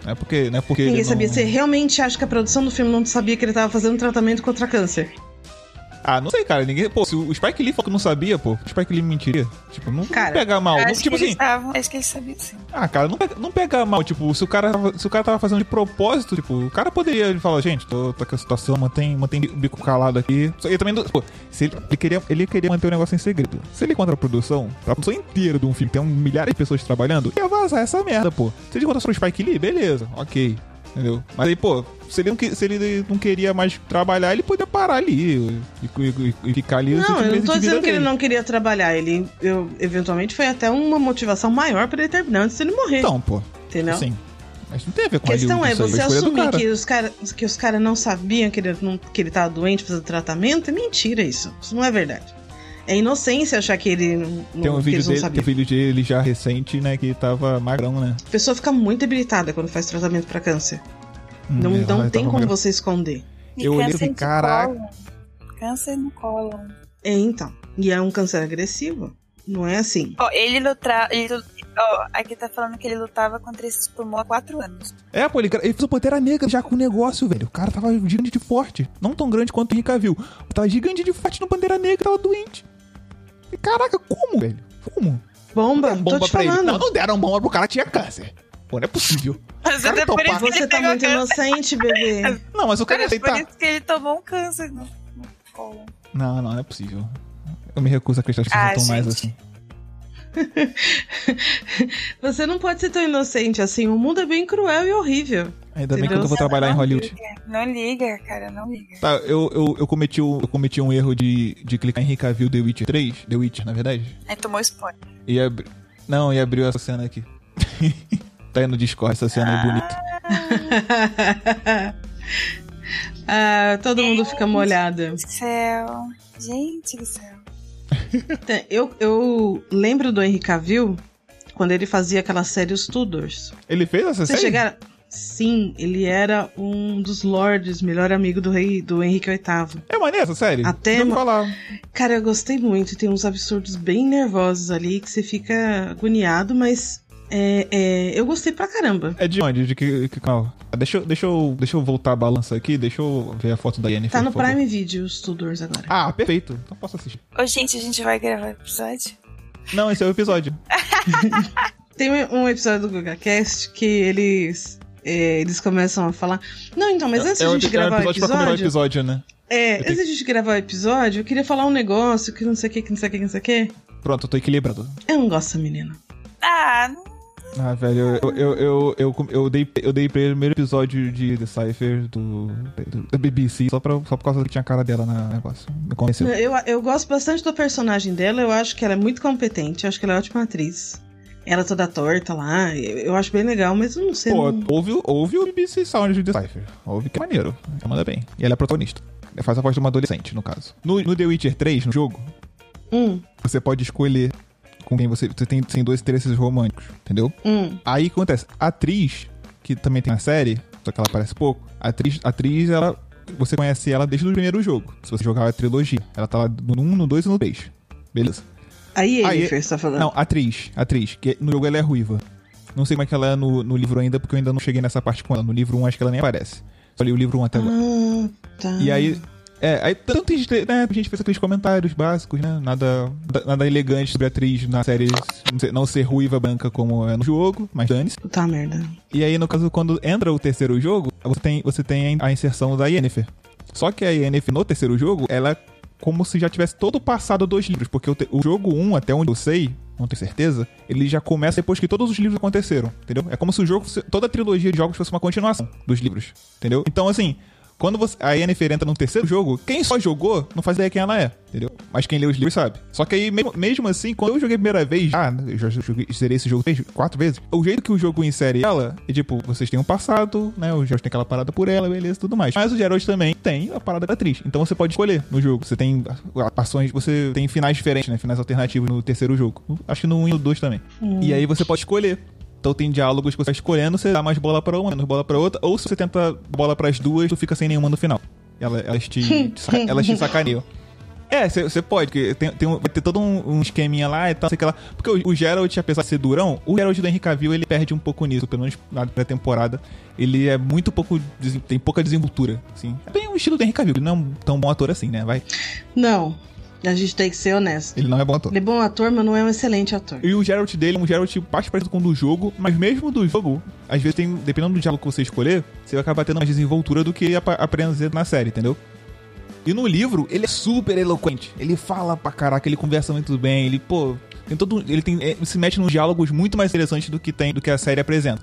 Speaker 3: Não é porque. Não é porque
Speaker 4: ninguém
Speaker 3: ele
Speaker 4: sabia.
Speaker 3: não...
Speaker 4: Você realmente acha que a produção do filme não sabia que ele tava fazendo tratamento contra câncer?
Speaker 3: Ah, não sei, cara. Ninguém. Pô, se o Spike Lee falou que não sabia, pô, o Spike Lee mentiria. Tipo, não,
Speaker 4: Cara,
Speaker 3: não pega mal. Não,
Speaker 2: Acho que
Speaker 3: tipo
Speaker 2: eles
Speaker 3: assim,
Speaker 2: estavam. Acho que eles sabiam sim.
Speaker 3: ah, cara, não pega, não pega mal. Tipo, se o, cara, tava- se o cara tava fazendo de propósito, tipo, o cara poderia falar, gente, tô, tô com a situação, mantém, mantém o bico calado aqui. Só- E também, não- pô, se ele, ele queria, ele queria manter o negócio em segredo. Se ele contra a produção, pra produção inteira de um filme, tem um milhar de pessoas trabalhando, ia vazar essa merda, pô. Se ele contasse pro Spike Lee, beleza, ok. Entendeu? Mas aí, pô, se ele não, que- se ele não queria mais trabalhar, ele podia parar ali e, e- e- e ficar ali os
Speaker 4: não,
Speaker 3: últimos
Speaker 4: eu não
Speaker 3: meses
Speaker 4: tô
Speaker 3: de vida
Speaker 4: dizendo que ele
Speaker 3: dele.
Speaker 4: não queria trabalhar. Ele, eu, eventualmente, foi até uma motivação maior pra ele terminar antes dele morrer.
Speaker 3: Então, pô,
Speaker 4: entendeu?
Speaker 3: assim. Mas não tem a ver
Speaker 4: A
Speaker 3: com
Speaker 4: questão é,
Speaker 3: Hollywood, isso aí,
Speaker 4: você
Speaker 3: a escolha do
Speaker 4: assumir
Speaker 3: cara.
Speaker 4: que os caras que os cara não sabiam que ele, não, que ele tava doente fazendo tratamento, é mentira isso. Isso não é verdade. É inocência achar que ele não,
Speaker 3: Tem um
Speaker 4: que
Speaker 3: vídeo
Speaker 4: eles
Speaker 3: dele,
Speaker 4: não
Speaker 3: tem
Speaker 4: sabiam.
Speaker 3: um vídeo dele já recente, né, que tava magrão, né?
Speaker 4: A pessoa fica muito debilitada quando faz tratamento pra câncer. Não,
Speaker 3: Hum, ele
Speaker 4: não
Speaker 3: tava
Speaker 4: tem como
Speaker 3: magrão.
Speaker 4: você esconder.
Speaker 2: E
Speaker 3: Eu olhei e
Speaker 2: câncer
Speaker 3: falei,
Speaker 2: de
Speaker 3: "Caraca."
Speaker 2: cólon. Câncer no colo.
Speaker 4: É, então. E é um câncer agressivo. Não é assim.
Speaker 2: Ó, ele lutava. Ele, ó, aqui tá falando que ele lutava contra esses pulmões há quatro anos.
Speaker 3: É, pô, ele, gra- ele fez o Pantera Negra já com o negócio, velho. O cara tava gigante de forte. Não tão grande quanto o Rica viu. Tava gigante de forte no Pantera Negra, tava doente. E, caraca, como, velho? Como?
Speaker 4: Bomba,
Speaker 3: Deram bomba
Speaker 4: tô te
Speaker 3: pra ele. Não,
Speaker 4: falando.
Speaker 3: não deram bomba pro cara, tinha câncer. Pô, não é possível.
Speaker 2: Mas
Speaker 3: Cara,
Speaker 2: até por
Speaker 3: topar.
Speaker 2: isso que
Speaker 4: Você
Speaker 2: ele
Speaker 4: tá
Speaker 2: pegou Tá
Speaker 4: muito
Speaker 2: câncer. [LAUGHS]
Speaker 4: inocente, bebê.
Speaker 3: Não, mas o cara tá.
Speaker 2: Cara,
Speaker 3: ia
Speaker 2: por
Speaker 3: aceitar.
Speaker 2: isso que ele tomou um câncer no, no colo.
Speaker 3: Não, não, não é possível. Eu me recuso a acreditar que
Speaker 2: Ah,
Speaker 3: vocês estão mais assim.
Speaker 2: gente.
Speaker 4: Você não pode ser tão inocente assim. O mundo é bem cruel e horrível.
Speaker 3: Ainda bem que
Speaker 4: Entendeu?
Speaker 3: eu não vou trabalhar em Hollywood.
Speaker 2: Não liga, cara, não liga.
Speaker 3: Tá, eu, eu, eu, cometi, o- eu cometi um erro de, de clicar em Ricavill The Witcher 3. The Witcher, na verdade.
Speaker 2: Aí tomou spoiler.
Speaker 3: E abri... Não, e abriu essa cena aqui. [LAUGHS] tá aí no Discord, essa cena é bonita.
Speaker 4: Ah, todo mundo fica molhado.
Speaker 2: Céu. Gente do céu.
Speaker 4: Tá, Eu, eu lembro do Henry Cavill quando ele fazia aquela série Os Tudors.
Speaker 3: Ele fez essa
Speaker 4: Vocês
Speaker 3: série?
Speaker 4: chegaram? Sim, ele era um dos lords, melhor amigo do rei do Henrique VIII.
Speaker 3: É maneiro essa série?
Speaker 4: Até
Speaker 3: Não
Speaker 4: ma-
Speaker 3: falar.
Speaker 4: Cara, eu gostei muito. Tem uns absurdos bem nervosos ali que você fica agoniado, mas é, é, eu gostei pra caramba.
Speaker 3: É de onde? De que, que canal? Ah, Deixa, eu- deixa, eu, deixa eu voltar a balança aqui, deixa eu ver a foto da Yennefer.
Speaker 4: Tá no
Speaker 3: por favor.
Speaker 4: Prime Video os Tudors agora.
Speaker 3: Ah, perfeito. Então posso assistir.
Speaker 2: Ô, gente, a gente vai gravar episódio?
Speaker 3: Não, esse é o episódio.
Speaker 4: um Tem um episódio do GugaCast que eles é, eles começam a falar. Não, então, mas antes
Speaker 3: é,
Speaker 4: de a
Speaker 3: um
Speaker 4: gente
Speaker 3: epi- é um
Speaker 4: gravar o
Speaker 3: episódio pra comemorar o
Speaker 4: episódio.
Speaker 3: episódio, né?
Speaker 4: É,
Speaker 3: tenho
Speaker 4: antes de a gente gravar o episódio, eu queria falar um negócio que não sei o que, que não sei o que, que não sei o que.
Speaker 3: Pronto, eu tô equilibrado.
Speaker 4: Eu não gosto dessa menina.
Speaker 2: Ah,
Speaker 3: Ah, velho, eu, eu, eu, eu, eu dei, eu dei pra ele o primeiro episódio de The Cypher do, do- da BBC só, pra, só por causa que tinha a cara dela na no negócio. Me convenceu.
Speaker 4: Eu, eu gosto bastante do personagem dela, eu acho que ela é muito competente, eu acho que ela é ótima atriz. Ela é toda torta lá, eu, eu acho bem legal, mas eu não sei.
Speaker 3: Pô,
Speaker 4: não-
Speaker 3: ouve, ouve o BBC Sound de The Cypher. Ouve que é maneiro. Ela manda bem. E ela é protagonista. Ela faz a voz de uma adolescente, no caso. No, no The Witcher 3, no jogo,
Speaker 4: Hum,
Speaker 3: você pode escolher com quem você, você tem, tem dois interesses românticos, entendeu?
Speaker 4: hum.
Speaker 3: Aí o que acontece, a atriz, que também tem na série, só que ela aparece pouco, a atriz, a atriz ela, você conhece ela desde o primeiro jogo, se você jogar a trilogia. Ela tá lá no 1, no 2 e no 3. Beleza.
Speaker 4: Aí ele,
Speaker 3: Aí-
Speaker 4: Fer, você tá falando.
Speaker 3: Não, atriz, atriz, que no jogo ela é ruiva. Não sei como é que ela é no, no livro ainda, porque eu ainda não cheguei nessa parte com ela. No livro 1 acho que ela nem aparece. Só li o livro 1 até agora.
Speaker 4: Ah, tá.
Speaker 3: E aí. É, aí tanto a gente, né, a gente fez aqueles comentários básicos, né? Nada, nada- nada elegante sobre a atriz na série não ser, não ser ruiva branca como é no jogo, mas dane-se.
Speaker 4: Puta merda.
Speaker 3: E aí, no caso, quando entra o terceiro jogo, você tem, você tem a inserção da Yennefer. Só que a Yennefer no terceiro jogo, ela é como se já tivesse todo o passado dos livros, porque o, te- o jogo 1, até onde eu sei, não tenho certeza, ele já começa depois que todos os livros aconteceram, entendeu? É como se o jogo, fosse- toda a trilogia de jogos fosse uma continuação dos livros, entendeu? Então, assim, quando você, a Yennefer entra no terceiro jogo, quem só jogou não faz ideia quem ela é, entendeu? Mas quem lê os livros sabe. Só que aí, mesmo, mesmo assim, quando eu joguei a primeira vez, ah, eu já joguei, zerei esse jogo três, quatro vezes, o jeito que o jogo insere ela é tipo, vocês têm um passado, né? O Geralt tem aquela parada por ela, beleza, tudo mais. Mas o Geralt também tem a parada da atriz. Então você pode escolher no jogo. Você tem a- ações, você tem finais diferentes, né? Finais alternativos no terceiro jogo. Acho que no 1 e no 2 também. E aí você pode escolher. Então tem diálogos que você vai escolhendo, você dá mais bola pra uma, menos bola pra outra, ou se você tenta bola pras duas, tu fica sem nenhuma no final. Ela- Elas te, te saca- elas te sacaneiam. É, você pode, porque tem, tem um- vai ter todo um, um esqueminha lá e tal, sei que lá. Porque o, o Geralt, apesar de ser durão, o Geralt do Henry Cavill, ele perde um pouco nisso, pelo menos na pré-temporada. Ele é muito pouco, desen- tem pouca desenvoltura, assim. É bem o estilo do Henry Cavill, ele não é um tão bom ator assim, né, vai.
Speaker 4: Não, a gente tem que ser honesto.
Speaker 3: Ele não é bom ator.
Speaker 4: Ele é bom ator, mas não é um excelente ator.
Speaker 3: E o Geralt dele é um Geralt mais parecido com o do jogo, mas mesmo do jogo, às vezes tem, dependendo do diálogo que você escolher, você vai acabar tendo mais desenvoltura do que ap- aprender na série, entendeu? E no livro, ele é super eloquente. Ele fala pra caraca, ele conversa muito bem, ele, pô, tem todo, um- ele tem, é, se mete nos diálogos muito mais interessantes do que tem, do que a série apresenta.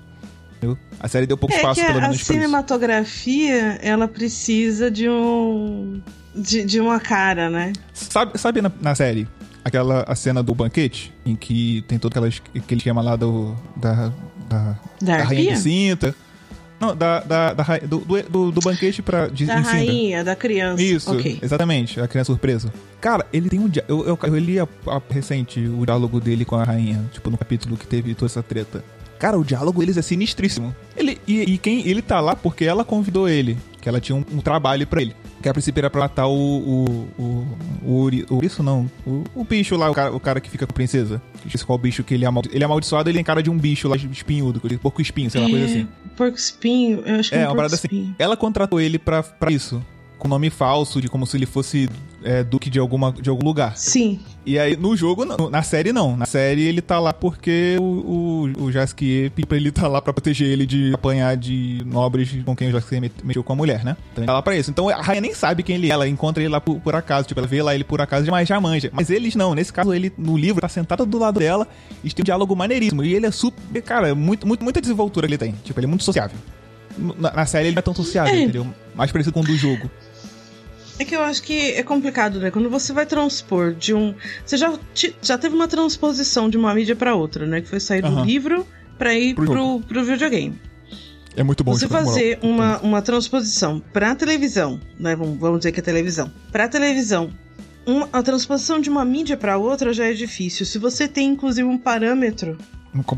Speaker 3: entendeu? A série deu pouco
Speaker 4: É
Speaker 3: espaço,
Speaker 4: que
Speaker 3: pelo
Speaker 4: a, a
Speaker 3: menos, pra isso.
Speaker 4: cinematografia, ela precisa de um. De, de uma cara, né?
Speaker 3: Sabe, sabe na, na série aquela a cena do banquete em que tem todo aquelas, aquele esquema lá do da da,
Speaker 4: Da
Speaker 3: rainha
Speaker 4: arpia?
Speaker 3: de cinta? Não, da, da, da ra- do, do, do- do banquete para de
Speaker 4: Da
Speaker 3: em cinta.
Speaker 4: rainha, da criança.
Speaker 3: né? Isso,
Speaker 4: Ok.
Speaker 3: exatamente, a criança surpresa. Cara, ele tem um dia. Eu, eu, eu li a, a- recente o diálogo dele com a rainha, tipo, no capítulo que teve toda essa treta. Cara, o diálogo deles é sinistríssimo. Ele, e, e quem ele tá lá porque ela convidou ele, que ela tinha um, um trabalho pra ele. Que a princípio era pra matar o. o. o. o, ori- o isso não. O, o bicho lá, o cara, o cara que fica com a princesa. Esqueci qual bicho que ele é amaldiçoado. Ele é amaldiçoado, ele tem cara de um bicho lá espinhudo, que ele- porco espinho, sei lá,
Speaker 4: É.
Speaker 3: coisa assim.
Speaker 4: Porco espinho, eu acho que
Speaker 3: É,
Speaker 4: é
Speaker 3: uma
Speaker 4: um
Speaker 3: parada
Speaker 4: porco
Speaker 3: assim.
Speaker 4: espinho.
Speaker 3: Ela contratou ele pra, pra isso. Com nome falso, de como se ele fosse é, duque de, alguma, de algum lugar.
Speaker 4: Sim.
Speaker 3: E aí, no jogo, não. na série, não. Na série, ele tá lá porque o, o, o Jasquier pediu pra ele tá lá pra proteger ele de apanhar de nobres com quem o Jasquier met- mexeu com a mulher, né? Então, ele tá lá pra isso. Então, a Raia nem sabe quem ele é. Ela encontra ele lá por, por acaso. Tipo, ela vê lá ele por acaso, mas já manja. Mas eles não. Nesse caso, ele, no livro, tá sentado do lado dela e tem um diálogo maneiríssimo. E ele é super... Cara, muito, muito, muita desenvoltura que ele tem. Tipo, ele é muito sociável. Na, na série, ele não é tão sociável,
Speaker 4: É.
Speaker 3: entendeu? Mais parecido com o do jogo.
Speaker 4: É que eu acho que é complicado, né? Quando você vai transpor de um. Você já, te- já teve uma transposição de uma mídia pra outra, né? Que foi sair
Speaker 3: Aham.
Speaker 4: do livro pra ir
Speaker 3: Pro jogo.
Speaker 4: pro, pro videogame.
Speaker 3: É muito bom.
Speaker 4: Você
Speaker 3: tipo, na moral.
Speaker 4: fazer uma, uma transposição pra televisão, né? Vamos, vamos dizer que é televisão. Pra televisão, uma- a transposição de uma mídia pra outra já é difícil. Se você tem, inclusive, um parâmetro,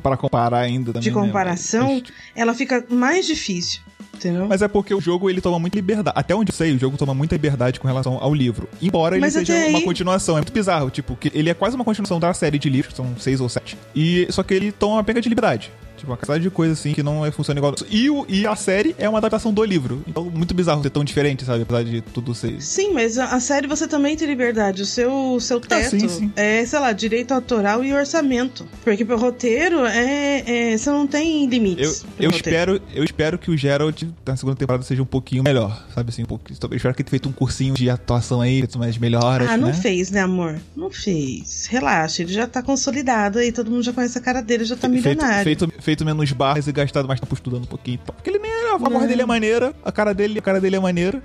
Speaker 3: Pra comparar ainda também.
Speaker 4: De
Speaker 3: né?
Speaker 4: comparação?
Speaker 3: Mas-
Speaker 4: ela fica mais difícil. Entendeu?
Speaker 3: Mas é porque o jogo ele toma muita liberdade. Até onde eu sei, o jogo toma muita liberdade com relação ao livro. Embora ele
Speaker 4: Mas
Speaker 3: seja
Speaker 4: até aí-
Speaker 3: uma continuação. É muito bizarro, tipo, que ele é quase uma continuação da série de livros, que são seis ou sete. E só que ele toma uma pega de liberdade. Tipo, uma caçada de coisa assim que não é, funciona igual. E, o- e a série é uma adaptação do livro. Então, muito bizarro ser tão diferente, sabe? Apesar de tudo ser.
Speaker 4: Sim, mas a a série você também tem liberdade. O seu, o seu teto
Speaker 3: Ah, sim, sim.
Speaker 4: é, sei lá, direito autoral e orçamento. Porque pro roteiro, é, é, você não tem
Speaker 3: Eu,
Speaker 4: limites. pro
Speaker 3: eu,
Speaker 4: roteiro.
Speaker 3: espero, eu espero que o Geralt na segunda temporada seja um pouquinho melhor, sabe assim? Um pouco, eu espero que ele tenha feito um cursinho de atuação aí, feito umas melhoras,
Speaker 4: Ah, não
Speaker 3: né?
Speaker 4: fez, né, amor? Não fez. Relaxa, ele já tá consolidado aí, todo mundo já conhece a cara dele, já tá
Speaker 3: Feito,
Speaker 4: milionário.
Speaker 3: feito, feito menos barras e gastado mais tempo estudando um pouquinho. e tal. Porque ele nem era. A voz
Speaker 4: Não.
Speaker 3: dele é maneira, a cara dele, a cara dele é maneira.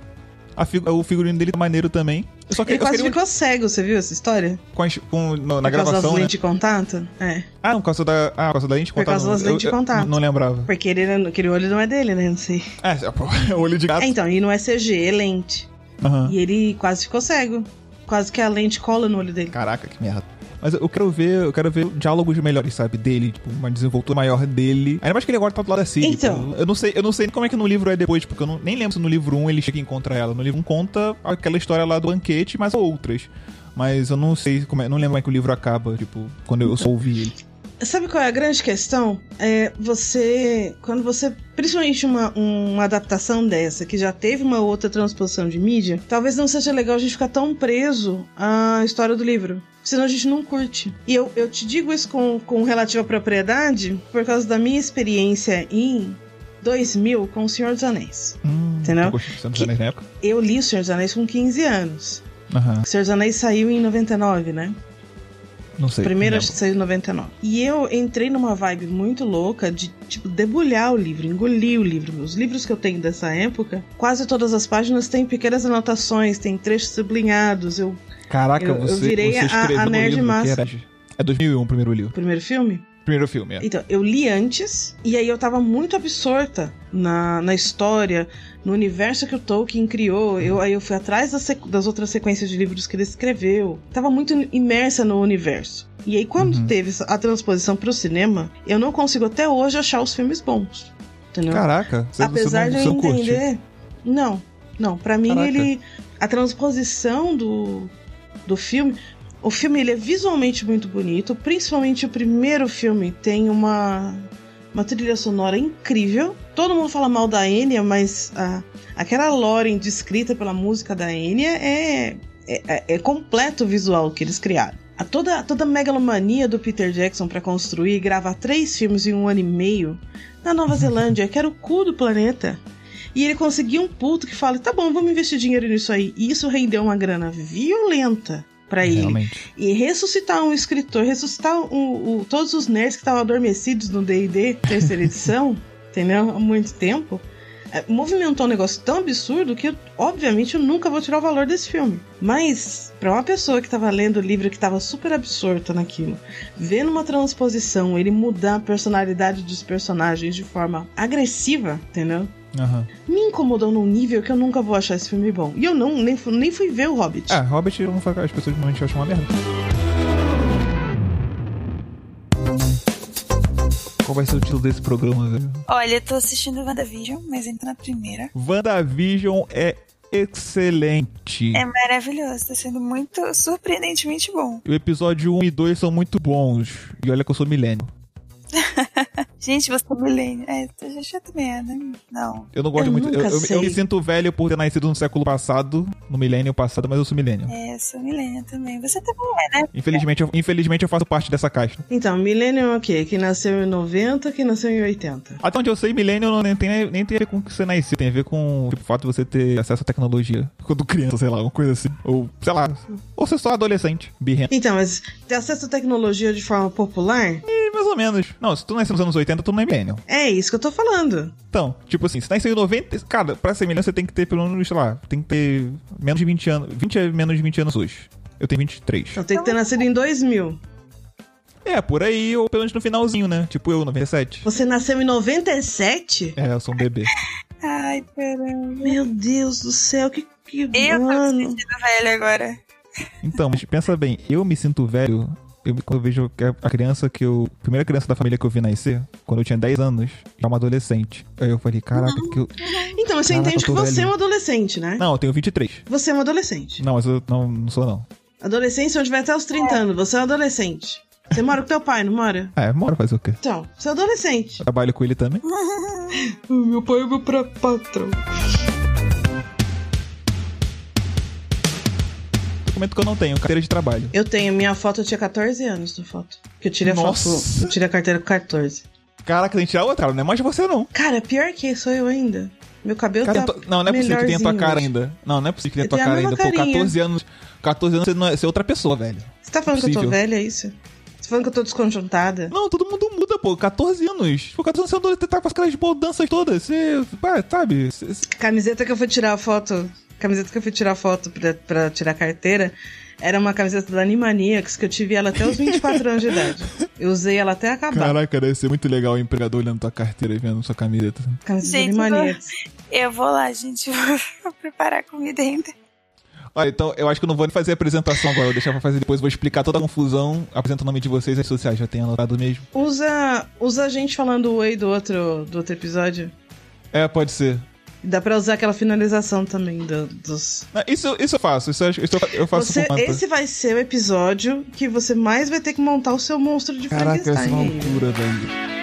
Speaker 3: a figu- o figurino dele é maneiro também. Eu só que
Speaker 4: Ele
Speaker 3: eu só
Speaker 4: quase
Speaker 3: queria
Speaker 4: ficou cego, você viu essa história?
Speaker 3: com as- com- no- na
Speaker 4: por causa das
Speaker 3: gravação, né?
Speaker 4: lentes de contato? É.
Speaker 3: Ah, não, por causa da, ah, por causa da lente de
Speaker 4: Por
Speaker 3: contato,
Speaker 4: causa
Speaker 3: não.
Speaker 4: das
Speaker 3: Eu-
Speaker 4: lentes de
Speaker 3: eu
Speaker 4: contato.
Speaker 3: Não lembrava.
Speaker 4: Porque ele, não- aquele olho não é dele, né? Não sei.
Speaker 3: Ah, É, pô, é [LAUGHS] o olho de gato.
Speaker 4: É, então, e não é CG, é lente.
Speaker 3: Aham.
Speaker 4: E ele quase ficou cego. Quase que a lente cola no olho dele.
Speaker 3: Caraca, que merda. Mas eu quero ver, eu quero ver diálogos melhores, sabe, dele, tipo, uma desenvoltura maior dele. Ainda mais que ele agora tá do lado da Cid.
Speaker 4: Então.
Speaker 3: eu não sei, eu não sei como é que no livro é depois, porque eu não- nem lembro se no livro 1 ele chega e encontra ela. No livro 1 conta aquela história lá do banquete, mas outras. Mas eu não sei como é, não lembro como é que o livro acaba, tipo, quando eu só ouvi ele.
Speaker 4: Sabe qual é a grande questão? É você. Quando você. Principalmente uma, uma adaptação dessa, que já teve uma outra transposição de mídia, talvez não seja legal a gente ficar tão preso à história do livro. Senão a gente não curte. E eu, eu te digo isso com, com relativa propriedade, por causa da minha experiência em 2000 com O Senhor dos Anéis.
Speaker 3: Hum,
Speaker 4: Entendeu?
Speaker 3: Eu gostei de Santos Anéis na época.
Speaker 4: Eu li O Senhor dos Anéis com 15 anos.
Speaker 3: Aham,
Speaker 4: O Senhor dos Anéis saiu em 99, né?
Speaker 3: não sei.
Speaker 4: Primeiro
Speaker 3: não
Speaker 4: acho
Speaker 3: lembro.
Speaker 4: que saiu em 99. E eu entrei numa vibe muito louca de, tipo, debulhar o livro, engolir o livro. Os livros que eu tenho dessa época, quase todas as páginas têm pequenas anotações, tem trechos sublinhados. Eu,
Speaker 3: Caraca,
Speaker 4: eu- eu
Speaker 3: você,
Speaker 4: virei
Speaker 3: você
Speaker 4: a- a
Speaker 3: escreveu no
Speaker 4: nerd
Speaker 3: livro, que
Speaker 4: massa.
Speaker 3: era- É 2001 o primeiro livro.
Speaker 4: o primeiro filme?
Speaker 3: Primeiro filme, é.
Speaker 4: Então, eu li antes, e aí eu tava muito absorta na, na história, no universo que o Tolkien criou. Eu, aí eu fui atrás das, sequ- das outras sequências de livros que ele escreveu. Tava muito imersa no universo. E aí, quando
Speaker 3: Uhum.
Speaker 4: teve essa- a transposição pro cinema, eu não consigo até hoje achar os filmes bons. Entendeu?
Speaker 3: Caraca, você,
Speaker 4: Apesar
Speaker 3: você não,
Speaker 4: de eu
Speaker 3: você não curte.
Speaker 4: entender. Não, não. Pra mim,
Speaker 3: Caraca.
Speaker 4: ele. A transposição do, do filme. O filme ele é visualmente muito bonito. Principalmente o primeiro filme tem uma, uma trilha sonora incrível. Todo mundo fala mal da Enya, mas a, aquela lore descrita pela música da Enya é, é, é- é completo o visual que eles criaram. A toda, toda a megalomania do Peter Jackson pra construir e gravar três filmes em um ano e meio na Nova Zelândia, que era o cu do planeta. E ele conseguiu um puto que fala: tá bom, vamos investir dinheiro nisso aí. E isso rendeu uma grana violenta pra ele.
Speaker 3: Realmente.
Speaker 4: E ressuscitar um escritor, ressuscitar o- o- todos os nerds que estavam adormecidos no DD, terceira edição, entendeu? Há muito tempo. é, Movimentou um negócio tão absurdo que, obviamente, eu nunca vou tirar o valor desse filme. Mas, pra uma pessoa que tava lendo o livro, que tava super absorta naquilo, vendo uma transposição, ele mudar a personalidade dos personagens de forma agressiva, entendeu?
Speaker 3: Aham.
Speaker 4: Me incomodou num nível que eu nunca vou achar esse filme bom. E eu não, nem, fu- nem fui ver o Hobbit.
Speaker 3: Ah, Hobbit, eu não falo, as pessoas normalmente acham uma merda. Qual vai ser o título desse programa, né? velho?
Speaker 2: Olha, eu tô assistindo WandaVision, mas entra na primeira.
Speaker 3: WandaVision é excelente.
Speaker 2: É maravilhoso, tá sendo muito surpreendentemente bom.
Speaker 3: O episódio 1 e 2 são muito bons. E olha que eu sou milênio.
Speaker 2: Gente, você é milênio. É, eu já achei também, né? Não.
Speaker 3: Eu não gosto
Speaker 4: Eu
Speaker 3: muito.
Speaker 4: nunca
Speaker 3: eu, eu-
Speaker 4: sei.
Speaker 3: eu me sinto velho por ter nascido no século passado, no milênio passado, mas eu sou milênio.
Speaker 2: É, eu sou milênio também. Você também é, né?
Speaker 3: Infelizmente, eu, infelizmente, eu faço parte dessa caixa.
Speaker 4: Então, Millennium é o quê? Quem nasceu em 90, quem nasceu em 80.
Speaker 3: Até onde eu sei, milênio não nem tem, nem tem a ver com o que você nasceu, tem a ver com tipo, o fato de você ter acesso à tecnologia quando criança, sei lá, uma coisa assim. Ou, sei lá, ou você só é adolescente, birrento.
Speaker 4: Então, mas ter acesso à tecnologia de forma popular?
Speaker 3: E mais ou menos. Não, se tu nasceu nos anos 80, tu não é milênio.
Speaker 4: É isso que eu tô falando.
Speaker 3: Então, tipo assim, se nasceu em 90, cara, pra ser milênio você tem que ter pelo menos, sei lá, tem que ter menos de 20 anos. 20 é menos de 20 anos hoje. Eu tenho 23.
Speaker 4: Então tem que ter nascido em 2000.
Speaker 3: É, por aí, ou pelo menos no finalzinho, né? Tipo eu, 97.
Speaker 4: Você nasceu em 97?
Speaker 3: É, eu sou um bebê.
Speaker 2: Ai, caramba.
Speaker 4: Meu Deus do céu, que. que
Speaker 2: Eu tô assim. me
Speaker 4: mano.
Speaker 2: sentindo velho agora.
Speaker 3: Então, mas pensa bem, eu me sinto velho eu, quando eu vejo que a- a criança que eu. A primeira criança da família que eu vi nascer, quando eu tinha 10 anos, já é uma adolescente. Aí eu falei, caraca, que eu.
Speaker 4: Então, você
Speaker 3: Caraca,
Speaker 4: entende
Speaker 3: eu
Speaker 4: que
Speaker 3: tô
Speaker 4: você
Speaker 3: velho.
Speaker 4: é um adolescente, né?
Speaker 3: Não, eu tenho 23.
Speaker 4: Você é um adolescente.
Speaker 3: Não, mas eu não, não sou, não.
Speaker 4: Adolescência onde vai até os 30 anos. Você é um adolescente. Você mora com teu pai, não mora?
Speaker 3: É, mora fazer o quê?
Speaker 4: Então, você é adolescente.
Speaker 3: Trabalho com ele também.
Speaker 4: O meu pai é meu pra- patrão.
Speaker 3: Documento que eu não tenho, carteira de trabalho.
Speaker 4: Eu tenho minha foto, eu tinha 14 anos na foto. Que eu tirei a
Speaker 3: Nossa.
Speaker 4: foto. Eu tirei a carteira com 14.
Speaker 3: Caraca, tem que tirar outra, cara, não é mais você não.
Speaker 4: Cara, pior que sou eu ainda. Meu cabelo
Speaker 3: Cara,
Speaker 4: tá.
Speaker 3: tô- não, não é possível que tenha tua
Speaker 4: melhorzinho
Speaker 3: cara
Speaker 4: hoje.
Speaker 3: ainda. Não, não é possível que tenha
Speaker 4: Eu
Speaker 3: tua
Speaker 4: tenho a
Speaker 3: cara ainda.
Speaker 4: mesma
Speaker 3: Pô,
Speaker 4: carinha.
Speaker 3: 14 anos. 14 anos você, não é, você é outra pessoa, velho.
Speaker 4: Você tá falando que eu tô
Speaker 3: Possível.
Speaker 4: velha, é isso? Você tá falando que eu tô desconjuntada?
Speaker 3: Não, todo mundo muda, pô. 14 anos. Pô, 14 anos você é adolescente, tá com aquelas boldanças todas. Você. Pá, sabe? Você- você-
Speaker 4: Camiseta que eu fui tirar a foto. Camiseta que eu fui tirar a foto pra, pra tirar a carteira. Era uma camiseta da Animaniacs que eu tive ela até os 24 anos de idade. Eu usei ela até acabar.
Speaker 3: Caraca, deve ser muito legal o empregador olhando tua carteira e vendo sua camiseta.
Speaker 4: Camiseta
Speaker 2: Gente,
Speaker 4: da Animaniacs.
Speaker 2: Eu vou lá, gente. [LAUGHS] Vou preparar a comida ainda.
Speaker 3: Olha, então eu acho que eu não vou nem fazer a apresentação agora, eu vou deixar pra fazer depois, vou explicar toda a confusão, apresento o nome de vocês nas redes sociais, já tenho anotado mesmo.
Speaker 4: Usa, usa a gente falando oi do outro, do outro episódio.
Speaker 3: É, pode ser.
Speaker 4: Dá pra usar aquela finalização também do- dos.
Speaker 3: Não, Isso, isso eu faço, isso eu, acho- isso eu fa- eu faço
Speaker 4: Você-
Speaker 3: por conta.
Speaker 4: esse vai ser o episódio que você mais vai ter que montar o seu monstro de
Speaker 3: Caraca, essa é uma
Speaker 4: Frankenstein.
Speaker 3: loucura, velho.